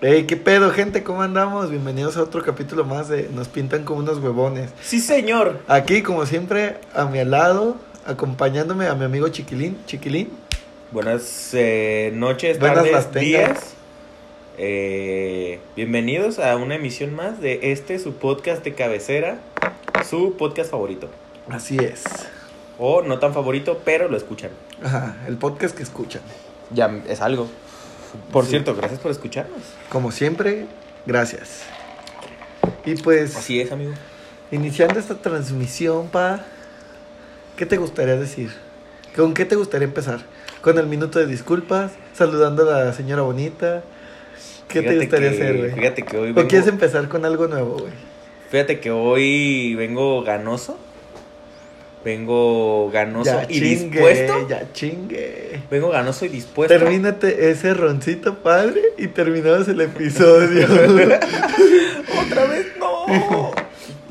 Hey, ¿qué pedo, gente? ¿Cómo andamos? Bienvenidos a otro capítulo más de Nos pintan como unos huevones. Sí, señor. Aquí, como siempre, a mi lado, acompañándome a mi amigo Chiquilín. Chiquilín, Buenas eh, noches, Buenas tardes, las tengas. días. Eh, bienvenidos a una emisión más de este, su podcast de cabecera, su podcast favorito. así es. O no tan favorito, pero lo escuchan. Ajá, el podcast que escuchan. Ya es algo. Por Sí. cierto, gracias por escucharnos. Como siempre, gracias. Y pues, Así es, amigo. iniciando esta transmisión, pa, ¿qué te gustaría decir? ¿Con qué te gustaría empezar? ¿Con el minuto de disculpas? ¿Saludando a la señora bonita? ¿Qué te Fíjate gustaría que- hacer, güey? Fíjate que hoy ¿O quieres vengo, empezar con algo nuevo, güey? fíjate que hoy vengo ganoso. Vengo ganoso y dispuesto. Ya chingue. Vengo ganoso y dispuesto. Termínate ese roncito padre y terminamos el episodio. Otra vez, no.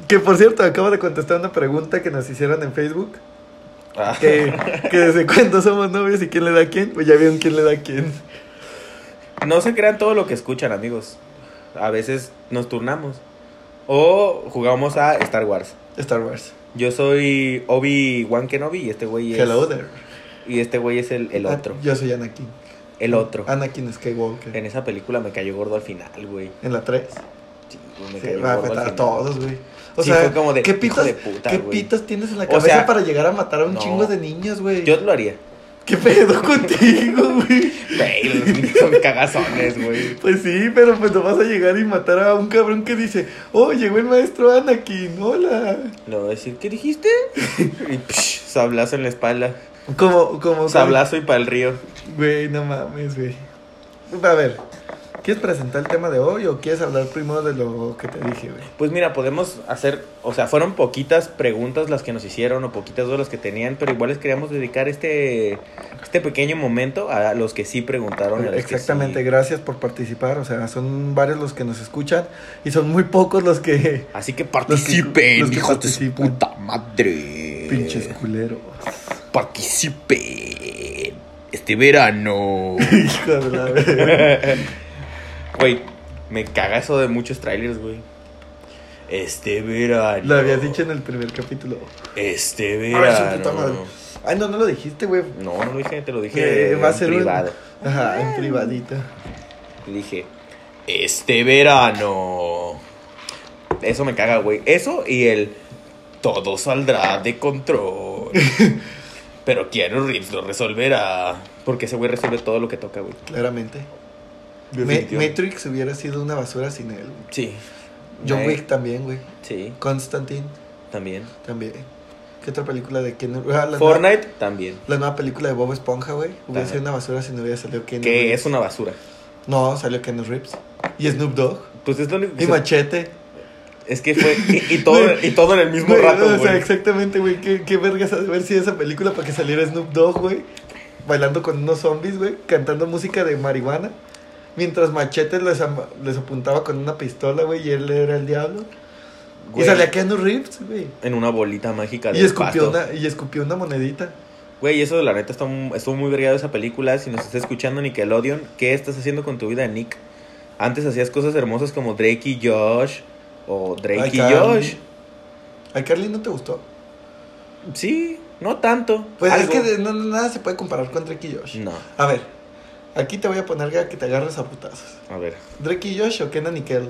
que por cierto, acabo de contestar una pregunta que nos hicieron en Facebook. Ah. Que, que desde cuándo somos novios y quién le da a quién. Pues ya vieron quién le da a quién. No se crean todo lo que escuchan, amigos. A veces nos turnamos. O jugamos a Star Wars. Star Wars. Yo soy Obi-Wan Kenobi y este güey es. Hello there. Y este güey es el, el otro. Ah, yo soy Anakin. El otro. Anakin Skywalker. En En, esa película me cayó gordo al final, güey. la 3. Sí, güey, me Sí, cayó va a gordo al afectar a final. todos, güey. O Sí, sea, fue como de, ¿qué hijo pitas, de puta, ¿qué güey. pitas tienes en la O cabeza sea, para llegar a matar a un no. chingo de niños, güey? Yo lo haría. ¿Qué pedo contigo, güey? Güey, los niños son cagazones, güey. Pues sí, pero pues no vas a llegar y matar a un cabrón que dice, oh, llegó el maestro Anakin, hola. Le voy a decir, ¿qué dijiste? Y psh, sablazo en la espalda. Como, como... Sablazo y para el río. Güey, no mames, güey. A ver, ¿quieres presentar el tema de hoy o quieres hablar primero de lo que te dije, güey? Pues mira, podemos hacer, o sea, fueron poquitas preguntas las que nos hicieron o poquitas dudas las que tenían, pero igual les queríamos dedicar este, este pequeño momento a los que sí preguntaron. a los que Exactamente, sí. gracias por participar, o sea, son varios los que nos escuchan y son muy pocos los que... Así que participen, participen, los que hijos participan. de su puta madre. Pinches culeros. Participen este verano. Hijo de la verga. Güey, me caga eso de muchos trailers, güey. Este verano. Lo habías dicho en el primer capítulo. Este A ver, su puta madre. verano. Ay, no, no lo dijiste, güey. No, no lo dije, te lo dije Que Eh, va a en ser un- privado. Ajá, en privadita. Le dije, este verano. Eso me caga, güey. Eso y el todo saldrá de control. Pero Keanu Reeves lo resolverá. Porque ese güey resuelve todo lo que toca, güey. Claramente. Me- Definitivamente. Matrix hubiera sido una basura sin él. güey. Sí. John Me- Wick también, güey. Sí, Constantine también. también. ¿Qué otra película de Ken? Ah, la Nueva, Fortnite también. la nueva película de Bob Esponja, güey. Hubiera Ajá. sido una basura si no hubiera salido Ken. Que Reeves. es una basura. No, salió Ken Reeves. Y Snoop Dogg. Pues es lo único Y que. Machete. Es que fue. Y, y todo, y todo en el mismo Güey, rato, O sea, güey. exactamente, güey. ¿Qué, qué vergas haber sido esa película para que saliera Snoop Dogg, güey. Bailando con unos zombies, güey. Cantando música de marihuana. Mientras Machete les, ama- les apuntaba con una pistola, güey. Y él era el diablo. Güey, Y salía Keanu Reeves, güey. En una bolita mágica de Y escupió, pasto. una, y escupió una monedita. Güey, eso la neta está, mu- estuvo muy vergado esa película. Si nos está escuchando Nickelodeon, ¿qué estás haciendo con tu vida, Nick? Antes hacías cosas hermosas como Drake y Josh. O Drake Ay, y Carly. Josh. ¿A Carly no te gustó? Sí, no tanto. Pues es algo. Mm. que de- no- no- nada se puede comparar con Drake y Josh. No, A ver, aquí te voy a poner a que te agarres a putazos. a ver. ¿Drake y Josh o Kenan y Kel?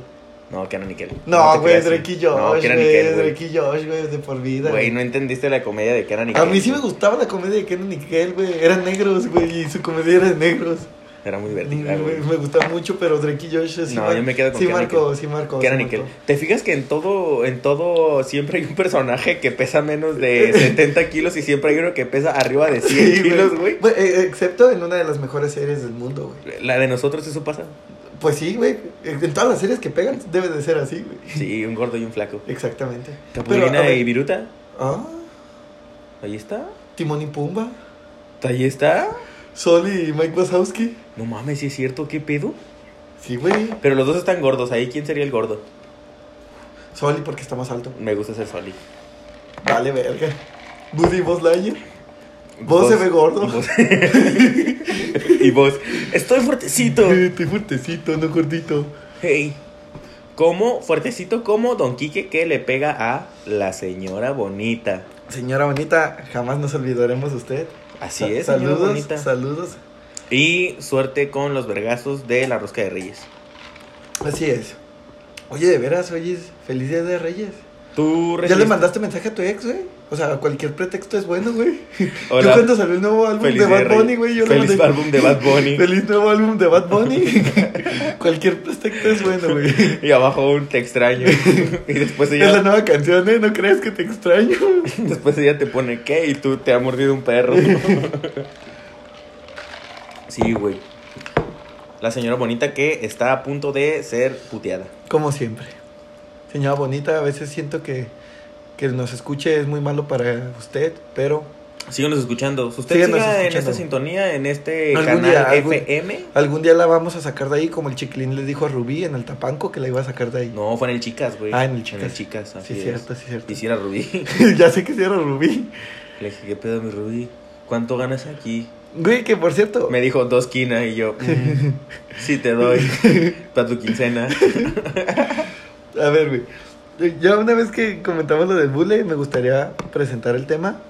No, que era Nickel. No, te güey, creas. Drake y No, Josh, que era güey. Nickel, güey. Drake y Josh, güey, de por vida. Güey, no entendiste la comedia de que era Nickel. A mí sí me gustaba la comedia de Kenan y Kel, güey. Eran negros, güey, y su comedia era de negros. Era muy divertida, güey. Güey, Me gustaba mucho, pero Drake y Josh eh, sí, No, mar- yo me quedo con sí Kenan y marcó, Kel. sí marcó. Que era sí Nickel. marcó. ¿Te fijas que en todo, en todo siempre hay un personaje que pesa menos de 70 kilos y siempre hay uno que pesa arriba de 100 Sí, kilos, güey? Güey, eh, Excepto en una de las mejores series del mundo, güey. La de nosotros eso pasa. Pues sí, güey. En todas las series que pegan debe de ser así, güey. Sí, un gordo y un flaco. Exactamente. Capulina Pero, a ver, y Viruta. Ah, Ahí está. Timón y Pumba. Ahí está. Sol y Mike Wazowski. No mames, si es cierto, qué pedo. Sí, güey. Pero los dos están gordos. Ahí, ¿quién sería el gordo? Sol y porque está más alto. Me gusta ser Soli. Vale, verga. Buddy y Buzz Lightyear. Vos, se ve gordo. Y vos, y vos, estoy fuertecito. Eh, Estoy fuertecito, no gordito. Hey. Como fuertecito como Don Quique que le pega a la señora bonita. Señora bonita, jamás nos olvidaremos de usted. Así Sa- es, señora saludos, bonita. saludos. Y suerte con los vergazos de la rosca de Reyes. Así es. Oye, de veras, oye, feliz día de Reyes. Tú ¿Ya le recibiste- mandaste mensaje a tu ex, güey? O sea, cualquier pretexto es bueno, güey. Yo Hola. cuando salió el nuevo álbum Feliz de Día Bad Reyes. Bunny, güey, yo le Feliz mandé. álbum de Bad Bunny. Feliz nuevo álbum de Bad Bunny. cualquier pretexto es bueno, güey. Y abajo un te extraño. y después Es la ella, nueva canción, ¿eh? No creas que te extraño. después ella te pone qué y tú te ha mordido un perro. sí, güey. La señora bonita que está a punto de ser puteada. Como siempre. Señora bonita, a veces siento que, que nos escuche es muy malo para usted, pero Síganos escuchando. Usted Síganos siga en escuchando. esta sintonía, en este Algún canal día, algún- FM. algún día la vamos a sacar de ahí, como el chiquilín le dijo a Rubí en el Tapanco que la iba a sacar de ahí. No, fue en el Chicas, güey. Ah, en el Chicas. Chicas, así sí, es. cierto, sí, cierto. Quisiera Rubí. ya sé que sí era Rubí. Le dije, ¿qué pedo, mi Rubí? ¿Cuánto ganas aquí? Güey, que por cierto, Me dijo dos quinas y yo, mm, sí te doy para tu quincena. a ver, güey. eh, Ya una vez que comentamos lo del bule, me gustaría presentar el tema.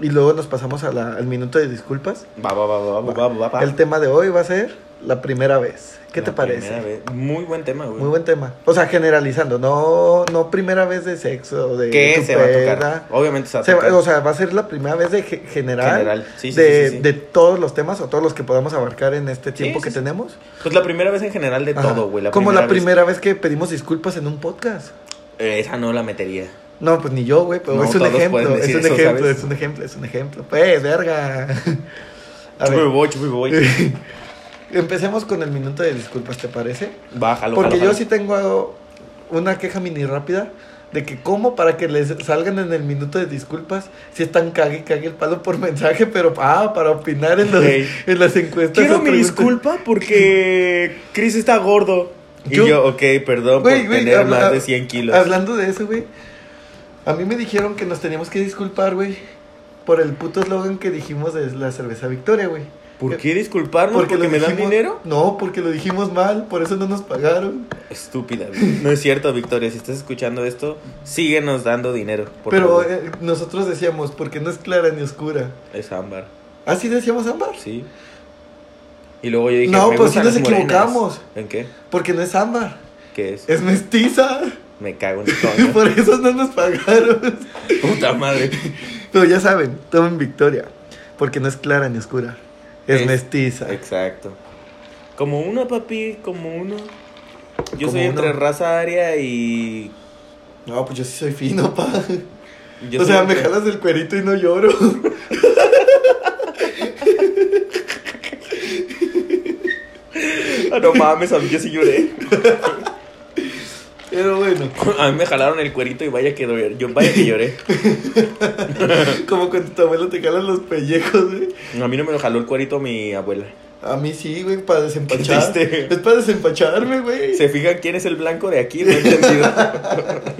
Y luego nos pasamos a la- al minuto de disculpas. Va, va, va, va, va, va, va, va. El tema de hoy va a ser la primera vez. ¿Qué te La parece? primera vez. Muy buen tema, güey. Muy buen tema. O sea, generalizando, no, no primera vez de sexo, de ¿Qué se va a tocar? supera. Obviamente se va a Se va- tocar. o sea, va a ser la primera vez de ge- general, General. Sí, sí, de, sí, sí. de todos los temas o todos los que podamos abarcar en este tiempo sí, que sí. tenemos. Pues la primera vez en general de Ajá. todo, güey. Como la vez. primera vez que pedimos disculpas en un podcast. Eh, Esa no la metería. No, pues ni yo, güey, pero No, es un todos ejemplo, es pueden un decir eso, ejemplo, ¿sabes? es un ejemplo, es un ejemplo. Pues, verga. A Chupi ver, voy, chupi voy. empecemos con el minuto de disculpas, ¿te parece? Bájalo, Porque jalo, yo jalo. sí tengo una queja mini rápida de que cómo para que les salgan en el minuto de disculpas si están cague y cague el palo por mensaje, pero ah, para opinar en, los- Ey. en las encuestas. Quiero o mi preguntas. disculpa porque Chris está gordo. Y Yo- yo, ok, perdón Güey, por güey, tener habla- más de 100 kilos. Hablando de eso, güey. A mí me dijeron que nos teníamos que disculpar, güey, por el puto eslogan que dijimos de la cerveza Victoria, güey. ¿Por qué disculparnos? ¿Porque, lo me dan dijimos- dinero? No, porque lo dijimos mal, por eso no nos pagaron. Estúpida. güey. No es cierto, Victoria. Si estás escuchando esto, síguenos dando dinero. por Pero favor. eh, nosotros decíamos, porque no es clara ni oscura. Es ámbar, ¿Así decíamos, Ámbar? sí. Y luego yo dije, No, me pues gustan sí nos las morenas. equivocamos. Eh, ¿En qué? Porque no es ámbar, ¿Qué es? es mestiza. Me cago en tu Por eso no nos pagaron. Puta madre. Pero ya saben, tomen Victoria. Porque no es clara ni oscura. Es, Es- mestiza. Exacto. Como uno, papi, como uno. Yo Como soy entre uno. raza aria y. No, pues yo sí soy fino, pa. yo o soy sea, me entre- jalas el cuerito y no lloro. Ah, No mames, a mí yo sí lloré. Pero bueno, A mí me jalaron el cuerito y vaya que lloré. Yo, vaya que lloré. como cuando tu abuelo te jalan los pellejos, güey. A mí no me lo jaló el cuerito mi abuela. A mí sí, güey, para desempachar. Qué triste. Es para desempacharme, güey. ¿Se fijan quién es el blanco de aquí? No he entendido.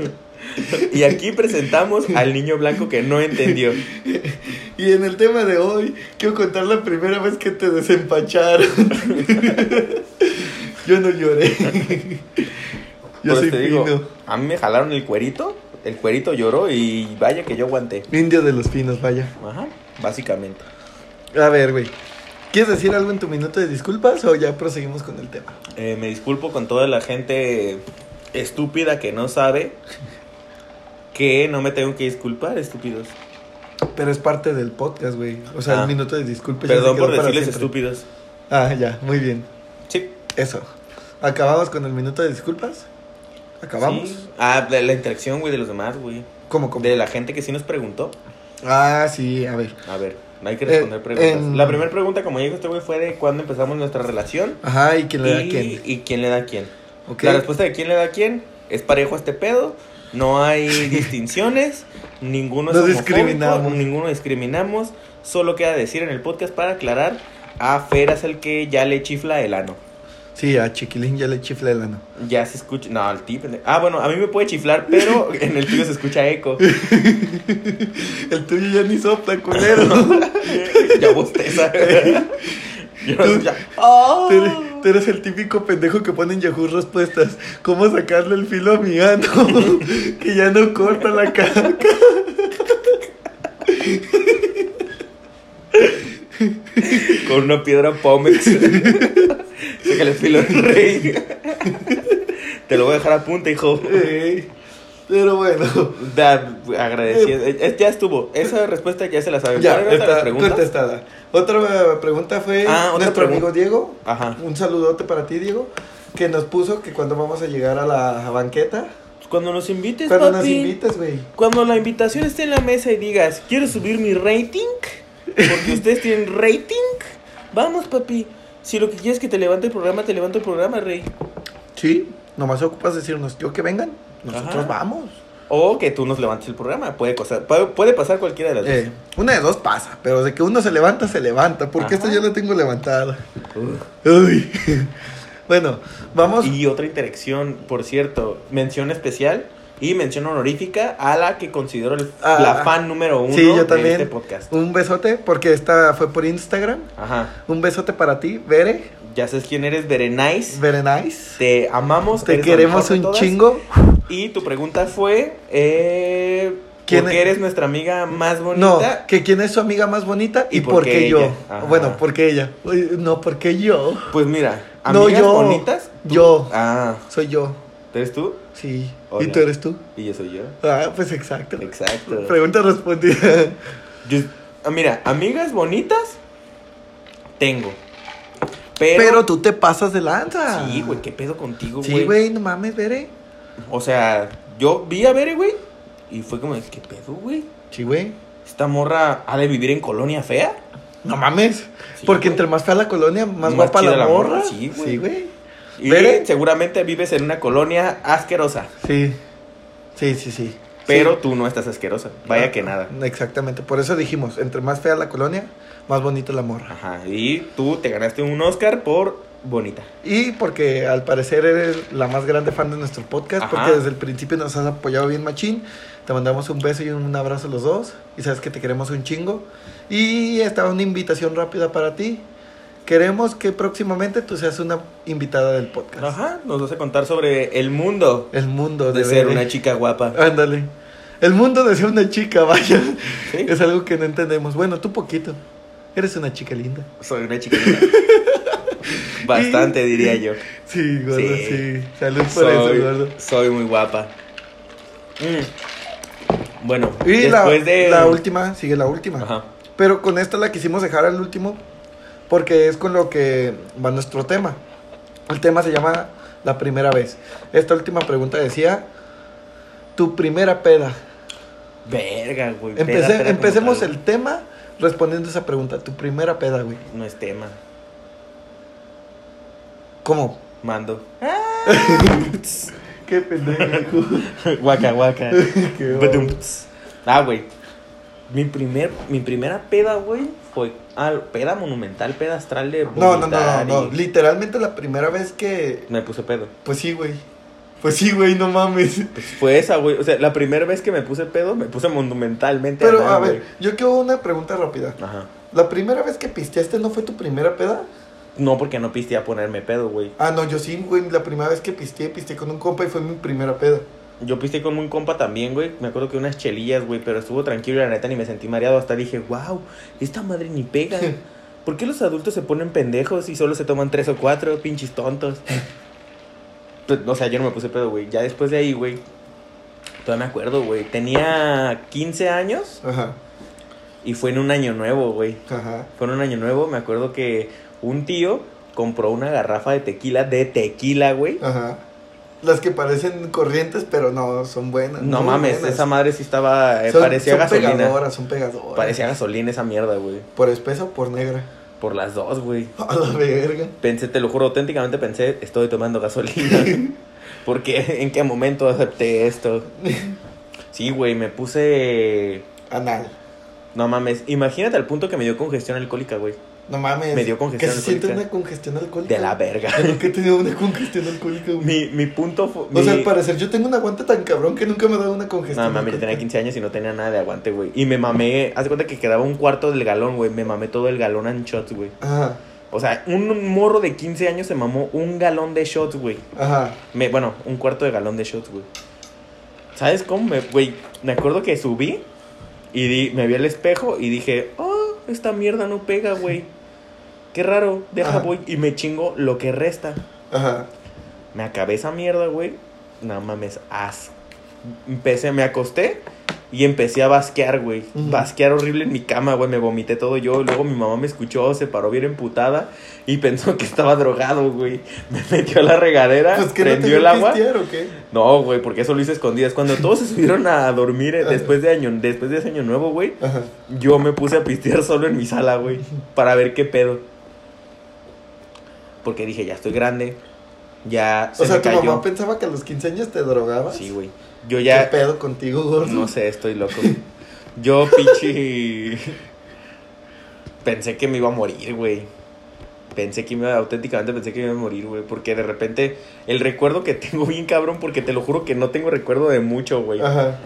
y aquí presentamos al niño blanco que no entendió. Y en el tema de hoy, quiero contar la primera vez que te desempacharon. Yo no lloré. Yo Pues soy te digo, fino. a mí me jalaron el cuerito, el cuerito lloró y vaya que yo aguanté. Indio de los finos, vaya. Ajá, básicamente. A ver, güey. ¿Quieres decir algo en tu minuto de disculpas o ya proseguimos con el tema? Eh, me disculpo con toda la gente estúpida que no sabe que no me tengo que disculpar, estúpidos. Pero es parte del podcast, güey. O sea, Ah. el minuto de disculpas. Pues ya Perdón se por quedó para decirles siempre. estúpidos. Ah, ya, muy bien. Sí. Eso. ¿Acabamos con el minuto de disculpas? ¿Acabamos? Sí. Ah, de la interacción, güey, de los demás, güey. ¿Cómo, cómo? De la gente que sí nos preguntó. Ah, sí, a ver. A ver, hay que Eh, responder preguntas. en- La primera pregunta, como ya dijo este güey, fue de cuándo empezamos nuestra relación Ajá, ¿y quién le da a y, quién? y quién le da a quién. Ok. La respuesta de quién le da a quién es parejo a este pedo. No hay distinciones, ninguno es No homofóbico, discriminamos. ninguno discriminamos. Solo queda decir en el podcast para aclarar a Fer es el que ya le chifla el ano. Sí, a Chiquilín ya le chifla el ano. Ya se escucha. No, el tip. Ah, bueno, a mí me puede chiflar, pero en el tuyo se escucha eco. El tuyo ya ni sopla, culero. ya Ah. bosteza. Yo no escucha. Tú eres- tú eres el típico pendejo que pone en Yahoo respuestas. ¿Cómo sacarle el filo a mi ano? que ya no corta la caca. Con una piedra Pómex. Sácale el filo del rey. Te lo voy a dejar a punta, hijo. Ey, Pero bueno. Da, agradecido. Eh, eh, Ya estuvo. Esa respuesta ya se la saben. Ya, ¿Cuál era la está pregunta? contestada. Otra eh, pregunta fue Ah, otra nuestro pregunta. Ah. amigo Diego. Ajá. Un saludote para ti, Diego. Que nos puso que cuando vamos a llegar a la banqueta. Cuando nos invites, Cuando papi. nos invitas, güey. Cuando la invitación esté en la mesa y digas, quiero subir mi rating, porque ustedes tienen rating, vamos, papi. Si lo que quieres es que te levante el programa, te levanto el programa, rey. Sí, nomás ocupas decirnos, yo que vengan, nosotros Ajá. vamos. O que tú nos levantes el programa, puede, cosa- puede, puede pasar cualquiera de las Eh, una de dos pasa, pero de que uno se levanta, se levanta, porque Ajá. esta yo la tengo levantada. dos. Uf. Uy. bueno, vamos. Y otra interacción, por cierto, mención especial y mención honorífica a la que considero el- Ah, la fan número uno sí, yo de también. este podcast. Un besote, porque esta fue por Instagram. Ajá, Un besote para ti, Bere, ya sabes quién eres, Berenice. Bere Nice. Te amamos. Te eres la queremos mejor de un todas. chingo. Y tu pregunta fue, eh, ¿Quién ¿por es? qué eres nuestra amiga más No, bonita? que quién es su amiga más bonita y, ¿Y por, por qué, qué yo. ella? Ajá. Bueno, por qué ella. Uy, No, por qué yo. Pues mira, No, amigas yo. bonitas. tú- Yo. Ah, Soy yo. ¿eres tú? Sí. Hola. ¿Y tú eres tú? Y yo soy yo. Ah, pues exacto. Exacto. Pregunta respondida. Yo- ah, mira, amigas bonitas tengo. Pero... Pero tú te pasas de lanza. Sí, güey, ¿qué pedo contigo, güey? Sí, güey, no mames, Bere. O sea, yo vi a Bere, güey, y fue como, de, ¿qué pedo, güey? Sí, güey. ¿Esta morra ha de vivir en colonia fea? No mames. Sí, Porque güey. entre más fea la colonia, más, Más guapa chida la la morra. morra, sí, güey. Sí, güey. Y Bere- seguramente vives en una colonia asquerosa. Sí. Sí, sí, sí. Pero Sí. tú no estás asquerosa. Vaya que nada. Exactamente. Por eso dijimos, entre más fea la colonia, más bonita la morra. Ajá. Y tú te ganaste un Oscar por bonita. Y porque al parecer eres la más grande fan de nuestro podcast, Ajá. porque desde el principio nos has apoyado bien machín. Te mandamos un beso y un abrazo a los dos. Y sabes que te queremos un chingo. Y esta una invitación rápida para ti. Queremos que próximamente tú seas una invitada del podcast. Ajá. Nos vas a contar sobre el mundo El mundo de ser ver- una chica guapa. Ándale. El mundo de ser una chica, vaya. ¿Sí? Es algo que no entendemos. Bueno, tú poquito. Eres una chica linda. Soy una chica. Bastante, diría yo. Sí, gordo, sí. Sí. Salud por Soy, eso, gordo. soy muy guapa. Mm. Bueno, Y la, después de. la última, sigue la última. Ajá. Pero con esta la quisimos dejar al último porque es con lo que va nuestro tema. El tema se llama La primera vez. Esta última pregunta decía, tu primera peda. Verga, güey. peda, Empecé- peda como empecemos tal. el tema respondiendo esa pregunta, tu primera peda, güey. No es tema. ¿Cómo? Mando. Qué pendejo. Guaca, guaca. Qué Badum. Ah, güey. Mi, primer, mi primera peda, güey, fue ah, peda monumental, peda astral de no, no, no, no, vomitar no. y- Literalmente la primera vez que... Me puse pedo. Pues sí, güey. Pues sí, güey, no mames. Fue esa, güey. O sea, la primera vez que me puse pedo, me puse monumentalmente. Pero andar, a ver, güey. yo quiero una pregunta rápida. Ajá. ¿La primera vez que pisteaste no fue tu primera peda? No, porque no piste a ponerme pedo, güey. Ah, no, yo sí, güey. La primera vez que pisteé, pisteé con un compa y fue mi primera peda. Yo piste con un compa también, güey. Me acuerdo que unas chelillas, güey, pero estuvo tranquilo, la neta, ni me sentí mareado. Hasta dije, wow, esta madre ni pega. ¿Por qué los adultos se ponen pendejos y solo se toman tres o cuatro, pinches tontos? Pues, o sea, yo no me puse pedo, güey. Ya después de ahí, güey, todavía me acuerdo, güey. Tenía 15 años Ajá, y fue en un año nuevo, güey. ajá. Fue en un año nuevo, me acuerdo que un tío compró una garrafa de tequila, de tequila, güey. Ajá. Las que parecen corrientes, pero no, son buenas. No muy mames, buenas. esa madre sí estaba, eh, Son- parecía son gasolina. pegadoras, son pegadoras. Parecía gasolina esa mierda, güey. Por espesa o por negra. Por las dos, güey. A la verga. Pensé, te lo juro, auténticamente pensé, estoy tomando gasolina. Porque en qué momento acepté esto. Sí, güey, me puse. Anal. No mames, imagínate al punto que me dio congestión alcohólica, güey. No mames. Me dio congestión Que se siente alcohólica. una congestión alcohólica. De la verga. Yo nunca he tenido una congestión alcohólica, güey. Mi, mi punto fue. O sea, mi- al parecer yo tengo un aguante tan cabrón que nunca me ha dado una congestión. No mames, yo alcohólica. tenía 15 años y no tenía nada de aguante, güey. Y me mamé. Haz de cuenta que quedaba un cuarto del galón, güey. Me mamé todo el galón en shots, güey. Ajá, O sea, un morro de 15 años se mamó un galón de shots, güey. ajá. Me, bueno, un cuarto de galón de shots, güey. ¿Sabes cómo? Me, güey, me acuerdo que subí y di- me vi al espejo y dije, oh, esta mierda no pega, güey. Qué raro, deja, Ajá. voy. Y me chingo lo que resta. Ajá. Me acabé esa mierda, güey. No mames, as. Empecé, me acosté y empecé a basquear, güey. Ujú. Basquear horrible en mi cama, güey. Me vomité todo yo. y Luego mi mamá me escuchó, se paró bien emputada y pensó que estaba drogado, güey. Me metió a la regadera, Pues que no te prendió dio el agua. pistear, ¿o qué? No, güey, porque eso lo hice a escondidas. Cuando todos se subieron a dormir eh, Ajá. después de año, después de ese año nuevo, güey, Ajá. yo me puse a pistear solo en mi sala, güey, para ver qué pedo. Porque dije, ya estoy grande, ya se O sea, me tu cayó. mamá pensaba que a los 15 años te drogabas. sí, güey. Yo ya ¿Qué pedo contigo, gordo? no sé, estoy loco. Yo pinche pensé que me iba a morir, güey. Pensé que me iba, auténticamente pensé que me iba a morir, güey, porque de repente el recuerdo que tengo bien cabrón porque te lo juro que no tengo recuerdo de mucho, güey. Ajá.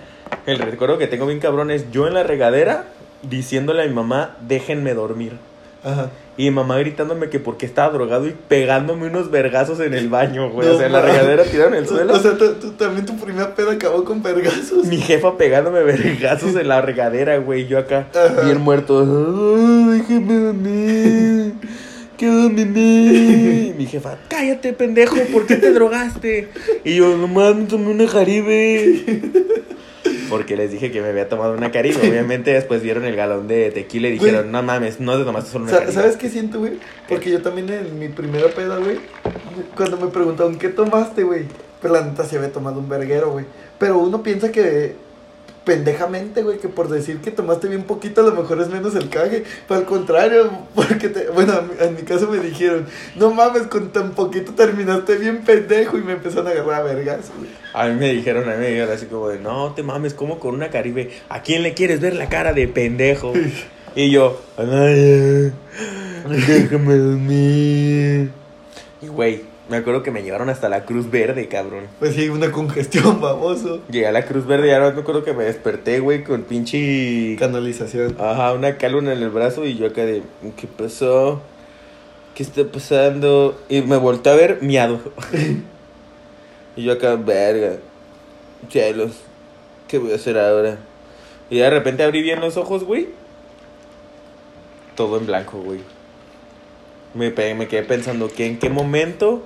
El recuerdo que tengo bien cabrón es yo en la regadera diciéndole a mi mamá, déjenme dormir. Ajá. Y mi mamá gritándome que porque estaba drogado y pegándome unos vergazos en el baño, güey. No o sea, en la mames. regadera tiraron el suelo. O sea, tú- tú también tu primera peda acabó con vergazos. mi jefa pegándome vergazos en la regadera, güey. Yo acá, Ajá. bien muerto. "Ah, déjame dormir. Que dormirme. Y Mi jefa, cállate, pendejo, ¿por qué te drogaste? Y yo, no mames, tomé una jaribe. Porque les dije que me había tomado una caribe. Obviamente, después vieron el galón de tequila y Güey. dijeron, no mames, no te tomaste solo una Sa- caribe. ¿Sabes qué siento, güey? Porque yo también en mi primera peda, güey, cuando me preguntaron, ¿qué tomaste, güey? Pero la neta se había tomado un verguero, güey. Pero uno piensa que pendejamente, güey, que por decir que tomaste bien poquito, a lo mejor es menos el cague. Pero al contrario, porque, te- bueno, a mi- en mi caso me dijeron, no mames, con tan poquito terminaste bien pendejo y me empezaron a agarrar a vergas, güey. A mí me dijeron, a mí me dijeron así como de, no te mames, como con una caribe, ¿a quién le quieres ver la cara de pendejo? Y yo, "A nadie, déjame dormir. Y güey, me acuerdo que me llevaron hasta la Cruz Verde, cabrón. Pues sí, una congestión, baboso. Llegué a la Cruz Verde y ahora me acuerdo que me desperté, güey, con pinche... Canalización. Ajá, una caluna en el brazo y yo acá de, ¿qué pasó? ¿Qué está pasando? Y me volteó a ver miado. y yo acá, verga. Chelos, ¿qué voy a hacer ahora? Y de repente abrí bien los ojos, güey. Todo en blanco, güey. Me, pe- me quedé pensando que en qué momento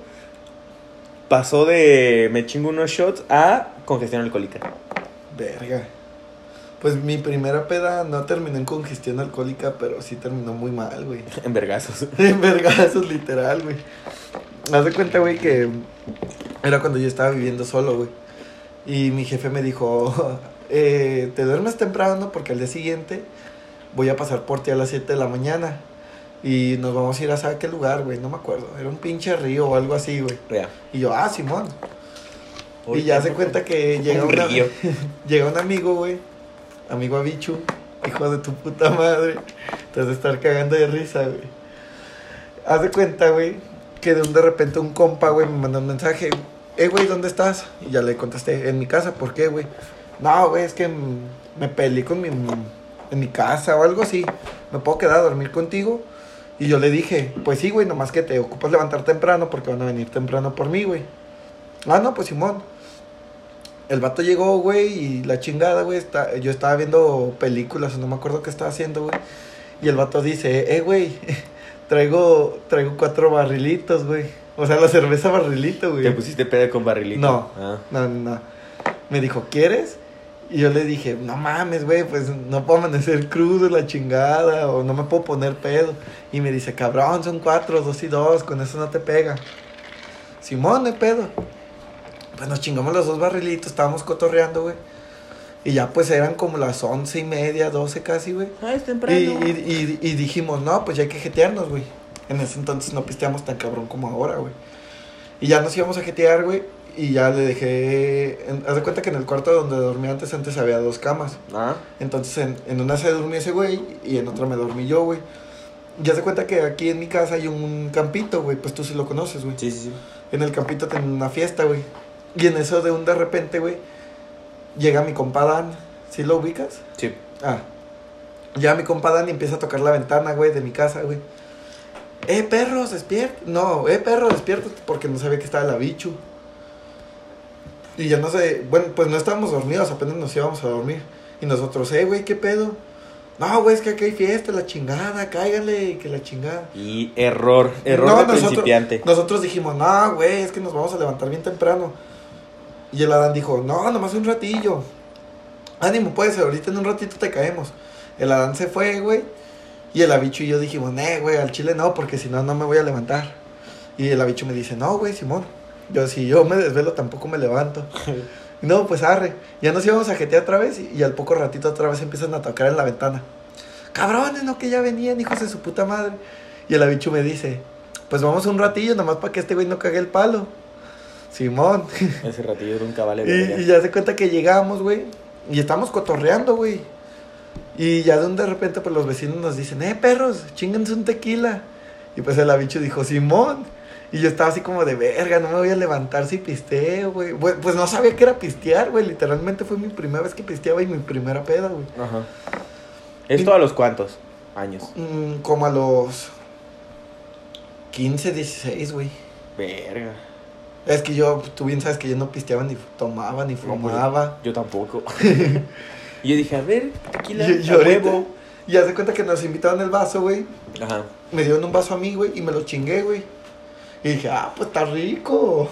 pasó de me chingo unos shots a congestión alcohólica. Verga. Pues mi primera peda no terminó en congestión alcohólica, pero sí terminó muy mal, güey. En vergazos. En vergazos, literal, güey. Haz de cuenta, güey, que era cuando yo estaba viviendo solo, güey. Y mi jefe me dijo, eh, te duermes temprano porque al día siguiente voy a pasar por ti a las 7 de la mañana. Y nos vamos a ir a saber qué lugar, güey, no me acuerdo. Era un pinche río o algo así, güey. Rea. Y yo, ah, Simón. Y ya se cuenta que llega un una, río. Llega un amigo, güey. Amigo Abichu. Hijo de tu puta madre. Te has de estar cagando de risa, güey. Haz de cuenta, güey, que de un de repente un compa, güey, me mandó un mensaje. Eh, güey, ¿dónde estás? Y ya le contesté, en mi casa, ¿por qué, güey? No, güey, es que mm, me peleé con mi... mm, En mi casa o algo así. ¿Me puedo quedar a dormir contigo? Y yo le dije, pues sí, güey, nomás que te ocupas levantar temprano porque van a venir temprano por mí, güey. Ah, no, pues Simón. El vato llegó, güey, y la chingada, güey. está- Yo estaba viendo películas, no me acuerdo qué estaba haciendo, güey. Y el vato dice, eh, güey, traigo, traigo cuatro barrilitos, güey. O sea, la cerveza barrilito, güey. ¿Te pusiste peda con barrilito? No. Ah. No, no, no. Me dijo, ¿quieres? Y yo le dije, no mames, güey, pues no puedo amanecer crudo, la chingada, o no me puedo poner pedo. Y me dice, cabrón, son cuatro, dos y dos, con eso no te pega. Simón, no hay pedo. Pues nos chingamos los dos barrilitos, estábamos cotorreando, güey. Y ya pues eran como las once y media, doce casi, güey. Ah, es Y, y- y- y dijimos, no, pues ya hay que jetearnos, güey. En ese entonces no pisteamos tan cabrón como ahora, güey. Y ya nos íbamos a jetear, güey. Y ya le dejé. en- haz de cuenta que en el cuarto donde dormía antes, antes había dos camas. Ah, Entonces en, en una se dormía ese güey y en otra me dormí yo, güey. Ya se cuenta que aquí en mi casa hay un campito, güey. Pues tú sí lo conoces, güey. Sí, sí, sí. En el campito tienen una fiesta, güey. Y en eso de un de repente, güey, llega mi compa Dan. ¿Sí lo ubicas? Sí. Ah. Ya mi compa Dani empieza a tocar la ventana, güey, de mi casa, güey. Eh, perros, despierta. No, eh, perro, despierta. Porque no sabía que estaba la bichu. Y ya no sé. Bueno, pues no estábamos dormidos, apenas nos íbamos a dormir. Y nosotros, eh, güey, ¿qué pedo? No, güey, es que aquí hay fiesta, la chingada, cáigale, que la chingada. Y error, error No, de nosotros- principiante. Nosotros dijimos, no, güey, es que nos vamos a levantar bien temprano. Y el Adán dijo, no, nomás un ratillo. Ánimo, puede ser, ahorita en un ratito te caemos. El Adán se fue, güey. Y el Abicho y yo dijimos, eh, güey, al chile no, porque si no, no me voy a levantar. Y el Abicho me dice, no, güey, Simón. Yo, si yo me desvelo, tampoco me levanto. no, pues arre. Ya nos íbamos a jetear otra vez y, y al poco ratito otra vez empiezan a tocar en la ventana. Cabrones, no, que ya venían, hijos de su puta madre. Y el Abicho me dice, pues vamos un ratillo, nomás para que este güey no cague el palo. Simón. Ese ratillo nunca vale verga. Y, y ya se cuenta que llegamos, güey. Y estamos cotorreando, güey. Y ya de un de repente, pues los vecinos nos dicen, eh, perros, chinganse un tequila. Y pues el abicho dijo, Simón. Y yo estaba así como de verga, no me voy a levantar si pisteo, güey. Bueno, Pues no sabía que era pistear, güey. Literalmente fue mi primera vez que pisteaba y mi primera peda, güey. Ajá. ¿Esto a los cuántos años? Mm, como a los 15, 16, güey. Verga. Es que yo, tú bien sabes que yo no pisteaba ni tomaba ni No, pues, fumaba. Yo tampoco. y yo dije, a ver, tequila, Y- y a ahorita- huevo. Y haz de cuenta que nos invitaron el vaso, güey. Ajá. Me dieron un vaso a mí, güey, y me lo chingué, güey. Y dije, ah, pues está rico.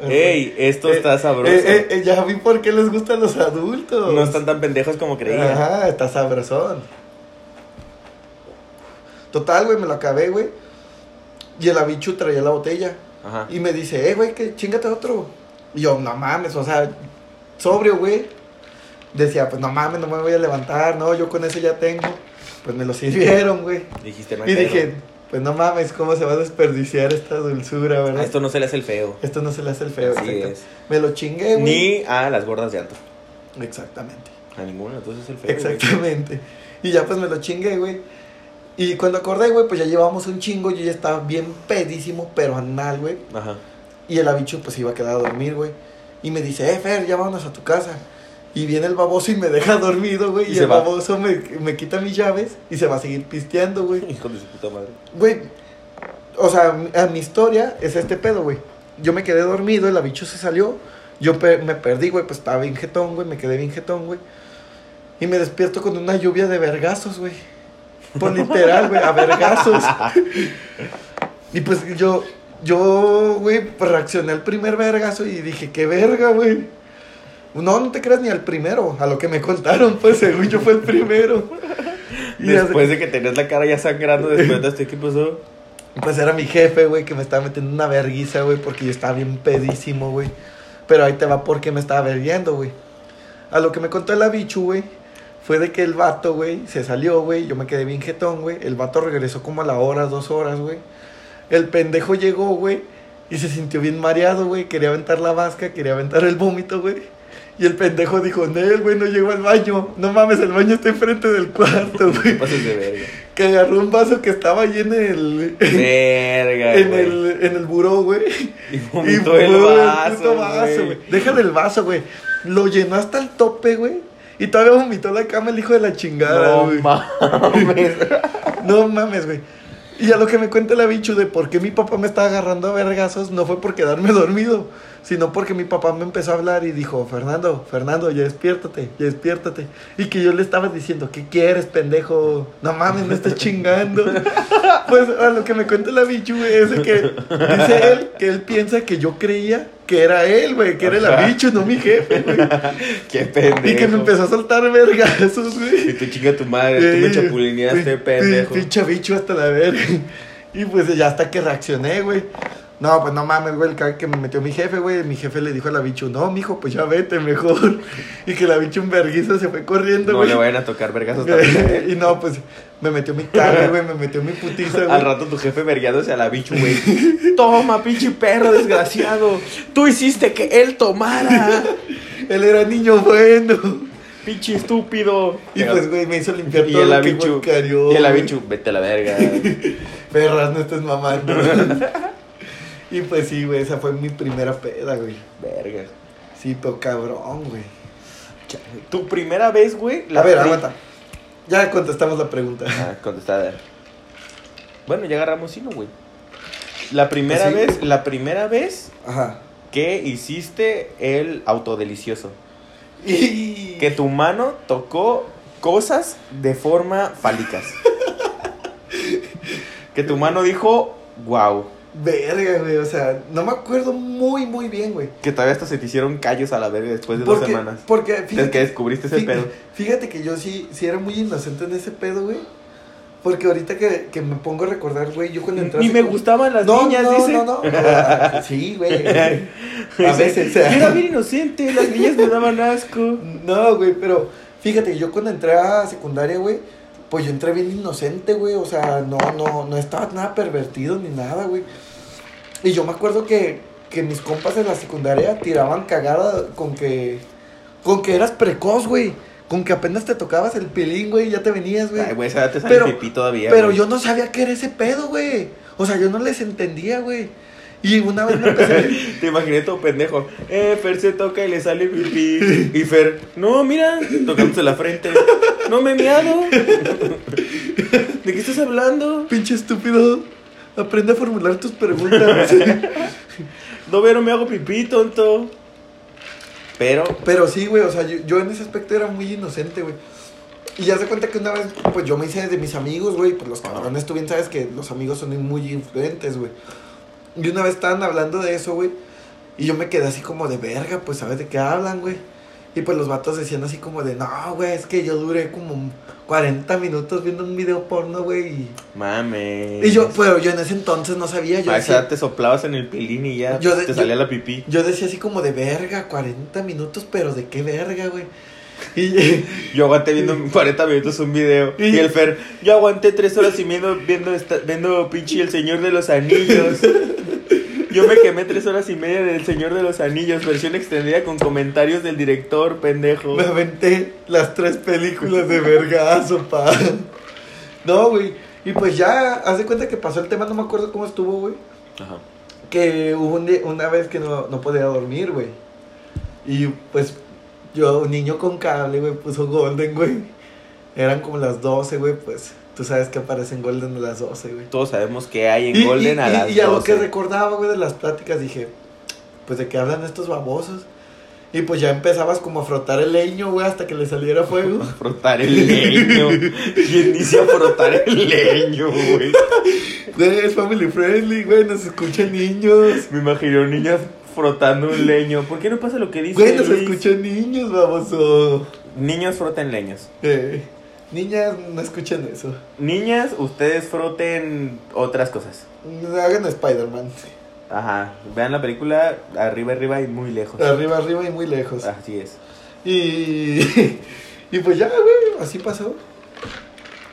Ey, esto Eh, está sabroso. eh, eh, ya vi por qué les gustan los adultos. no están tan pendejos como creía. Ajá, está sabrosón. Total, güey, me lo acabé, güey. Y el abichu traía la botella. Ajá. Y me dice, eh, güey, que chingate otro. Y yo, no mames, o sea, sobrio, güey. Decía, pues no mames, no me voy a levantar, no, yo con ese ya tengo. Pues me lo sirvieron, güey. Dijiste, no hay Y pedo. dije, pues no mames, cómo se va a desperdiciar esta dulzura, A ¿verdad? Ah, esto no se le hace el feo. Esto no se le hace el feo, Así exacto. es. Me lo chingué, güey. Ni a las gordas de antro. Exactamente. A ninguna, entonces es el feo. güey. Exactamente. Y ya pues me lo chingué, güey. Y cuando acordé, güey, pues ya llevábamos un chingo, yo ya estaba bien pedísimo, pero anal, güey. Ajá. Y el abicho pues iba a quedar a dormir, güey. Y me dice, eh, Fer, ya vámonos a tu casa. Y viene el baboso y me deja dormido, güey. Y Y, se el va. baboso me, me quita mis llaves y se va a seguir pisteando, güey. Hijo de su puta madre. Güey, o sea, mi- a mi historia es este pedo, güey. Yo me quedé dormido, el abicho se salió. Yo pe- me perdí, güey, pues estaba bien jetón, güey. Me quedé bien jetón, güey. Y me despierto con una lluvia de vergazos, güey. Por literal, güey, a vergazos. y pues yo, yo, güey, pues, reaccioné al primer vergazo y dije, qué verga, güey. No, no te creas ni al primero, a lo que me contaron, pues según yo fue el primero. Y hace- Después de que tenías la cara ya sangrando, después de este, ¿qué pasó? Pues era mi jefe, güey, que me estaba metiendo una verguiza, güey, porque yo estaba bien pedísimo, güey. Pero ahí te va porque me estaba verguiendo, güey. A lo que me contó el abichu, güey, fue de que el vato, güey, se salió, güey. Yo me quedé bien jetón, güey. El vato regresó como a la hora, dos horas, güey. El pendejo llegó, güey, y se sintió bien mareado, güey. Quería aventar la vasca, quería aventar el vómito, güey. Y el pendejo dijo, Nel, güey, no llegó al baño. No mames, el baño está enfrente del cuarto, ¿Qué güey. pasó de verga? Que agarró un vaso que estaba ahí en el Verga. en güey. el, en el buró, güey. Y Y vomitó todo el vaso. güey. güey. Déjale el vaso, güey. Lo llenó hasta el tope, güey. Y todavía vomitó la cama el hijo de la chingada, No güey. mames. No mames, güey. Y a lo que me cuenta la bicho de por qué mi papá me estaba agarrando a vergazos no fue por quedarme dormido, sino porque mi papá me empezó a hablar y dijo, Fernando, Fernando, ya despiértate, ya despiértate. Y que yo le estaba diciendo, ¿qué quieres, pendejo? No mames, me estás chingando. pues a lo que me cuenta la bicho, güey, es de que dice él que él piensa que yo creía que era él, güey, que era el Ajá. bicho, no mi jefe, güey. Qué pendejo. Y que me empezó a soltar vergazos, güey. Y tú chinga tu madre, tú me Sí, chapulineaste, sí, pendejo. sí, Pinche bicho hasta la verga. Y pues ya hasta que reaccioné, güey. No, pues no mames, güey, el cague que me metió mi jefe, güey. Mi jefe le dijo a la bicho, no, mijo, pues ya vete mejor. Y que la bicho en vergüenza se fue corriendo, No güey. le vayan a tocar vergazos también. y no, pues me metió mi cara, güey, me metió mi putiza, Al güey. rato tu jefe vergueándose a la bichu, güey. Toma, pinche perro desgraciado. Tú hiciste que él tomara. Él era niño bueno. Pinche estúpido. Y pues, güey, me hizo limpiar y todo el lo que abichu. güey, carió, Y el güey. abichu, vete a la verga. Perras, no estés mamando. y pues sí, güey, esa fue mi primera peda, güey. verga. Sí, pero cabrón, güey. Tu primera vez, güey. la A ver, pri- aguanta. Ya contestamos la pregunta. Ah, contestada. Bueno, ya agarramos hilo, güey. La primera Pues sí. vez, la primera vez Ajá. que hiciste el autodelicioso. Y... Que tu mano tocó cosas de forma fálicas. que tu mano dijo, wow. Verga, güey, o sea, no me acuerdo muy, muy bien, güey. Que todavía hasta se te hicieron callos a la verga después de dos Porque, semanas. porque Desde que fíjate, descubriste ese fí- pedo. fíjate que yo sí, sí era muy inocente en ese pedo, güey. Porque ahorita que, que me pongo a recordar, güey, yo cuando entré... Ni así me como- gustaban las no, niñas, no, dice. No, no, no. Sí, güey. A veces, o sea. Yo era bien inocente, las niñas me daban asco. No, güey, pero fíjate, yo cuando entré a secundaria, güey, pues yo entré bien inocente, güey. O sea, no, no, no estaba nada pervertido ni nada, güey. Y yo me acuerdo que, que mis compas de la secundaria tiraban cagada con que. Con que eras precoz, güey. Con que apenas te tocabas el pilín, güey, ya te venías, güey. Ay, güey, esa edad te sale Pero- pipí todavía. Pero güey. yo no sabía qué era ese pedo, güey. O sea, yo no les entendía, güey. Y una vez me empecé. Te imaginé todo pendejo. Eh, Fer se toca y le sale pipí. Y Fer, no, mira, tocándose la frente. No me he miado. ¿De qué estás hablando? Pinche estúpido. Aprende a formular tus preguntas. No veo, no me hago pipí, tonto. Pero, Pero sí, güey, o sea, yo, yo en ese aspecto era muy inocente, güey. Y ya se cuenta que una vez, pues yo me hice de mis amigos, güey, pues los cabrones, tú bien sabes que los amigos son muy influentes, güey. Y una vez estaban hablando de eso, güey, y yo me quedé así como de verga, pues sabes de qué hablan, güey. Y pues los vatos decían así como de, no, güey, es que yo duré como 40 minutos viendo un video porno, güey. Y, mame. y yo, pero yo en ese entonces no sabía, yo A esa decía, edad Ah, te soplabas en el pelín y ya Yo de- te yo- salía la pipí. yo decía así como de verga, 40 minutos, pero de qué verga, güey. Y, Yo aguanté viendo 40 minutos un video. Y el Fer, yo aguanté 3 horas y medio viendo, esta- viendo pinche El Señor de los Anillos. Yo me quemé 3 horas y media del Señor de los Anillos, versión extendida con comentarios del director, pendejo. Me aventé las tres películas de vergazo, pa. No, güey. Y pues ya, haz de cuenta que pasó el tema, no me acuerdo cómo estuvo, güey. Ajá. Que hubo un di- una vez que no, no podía dormir, güey. Y pues yo, un niño con cable, güey, puso Golden, güey. Eran como las 12, güey, pues tú sabes que aparecen Golden a las 12, güey. Todos sabemos que hay en Y, Golden y- a y- las y a lo 12. que recordaba, güey, de las pláticas, dije, pues de qué hablan estos babosos. Y pues ya empezabas como a frotar el leño, güey, hasta que le saliera fuego. Frotar el leño. ¿Quién dice a frotar el leño, güey? Güey, es family friendly, güey, nos escuchan niños. Me imaginé niñas frotando un leño. ¿Por qué no pasa lo que dice Güey, nos Luis? escuchan niños, baboso. Niños froten leños. Eh, niñas, no escuchen eso. Niñas, ustedes froten otras cosas. Hagan Spider-Man. Ajá. Vean la película arriba, arriba y muy lejos. Arriba, arriba y muy lejos. Así es. Y, y pues ya, güey, así pasó.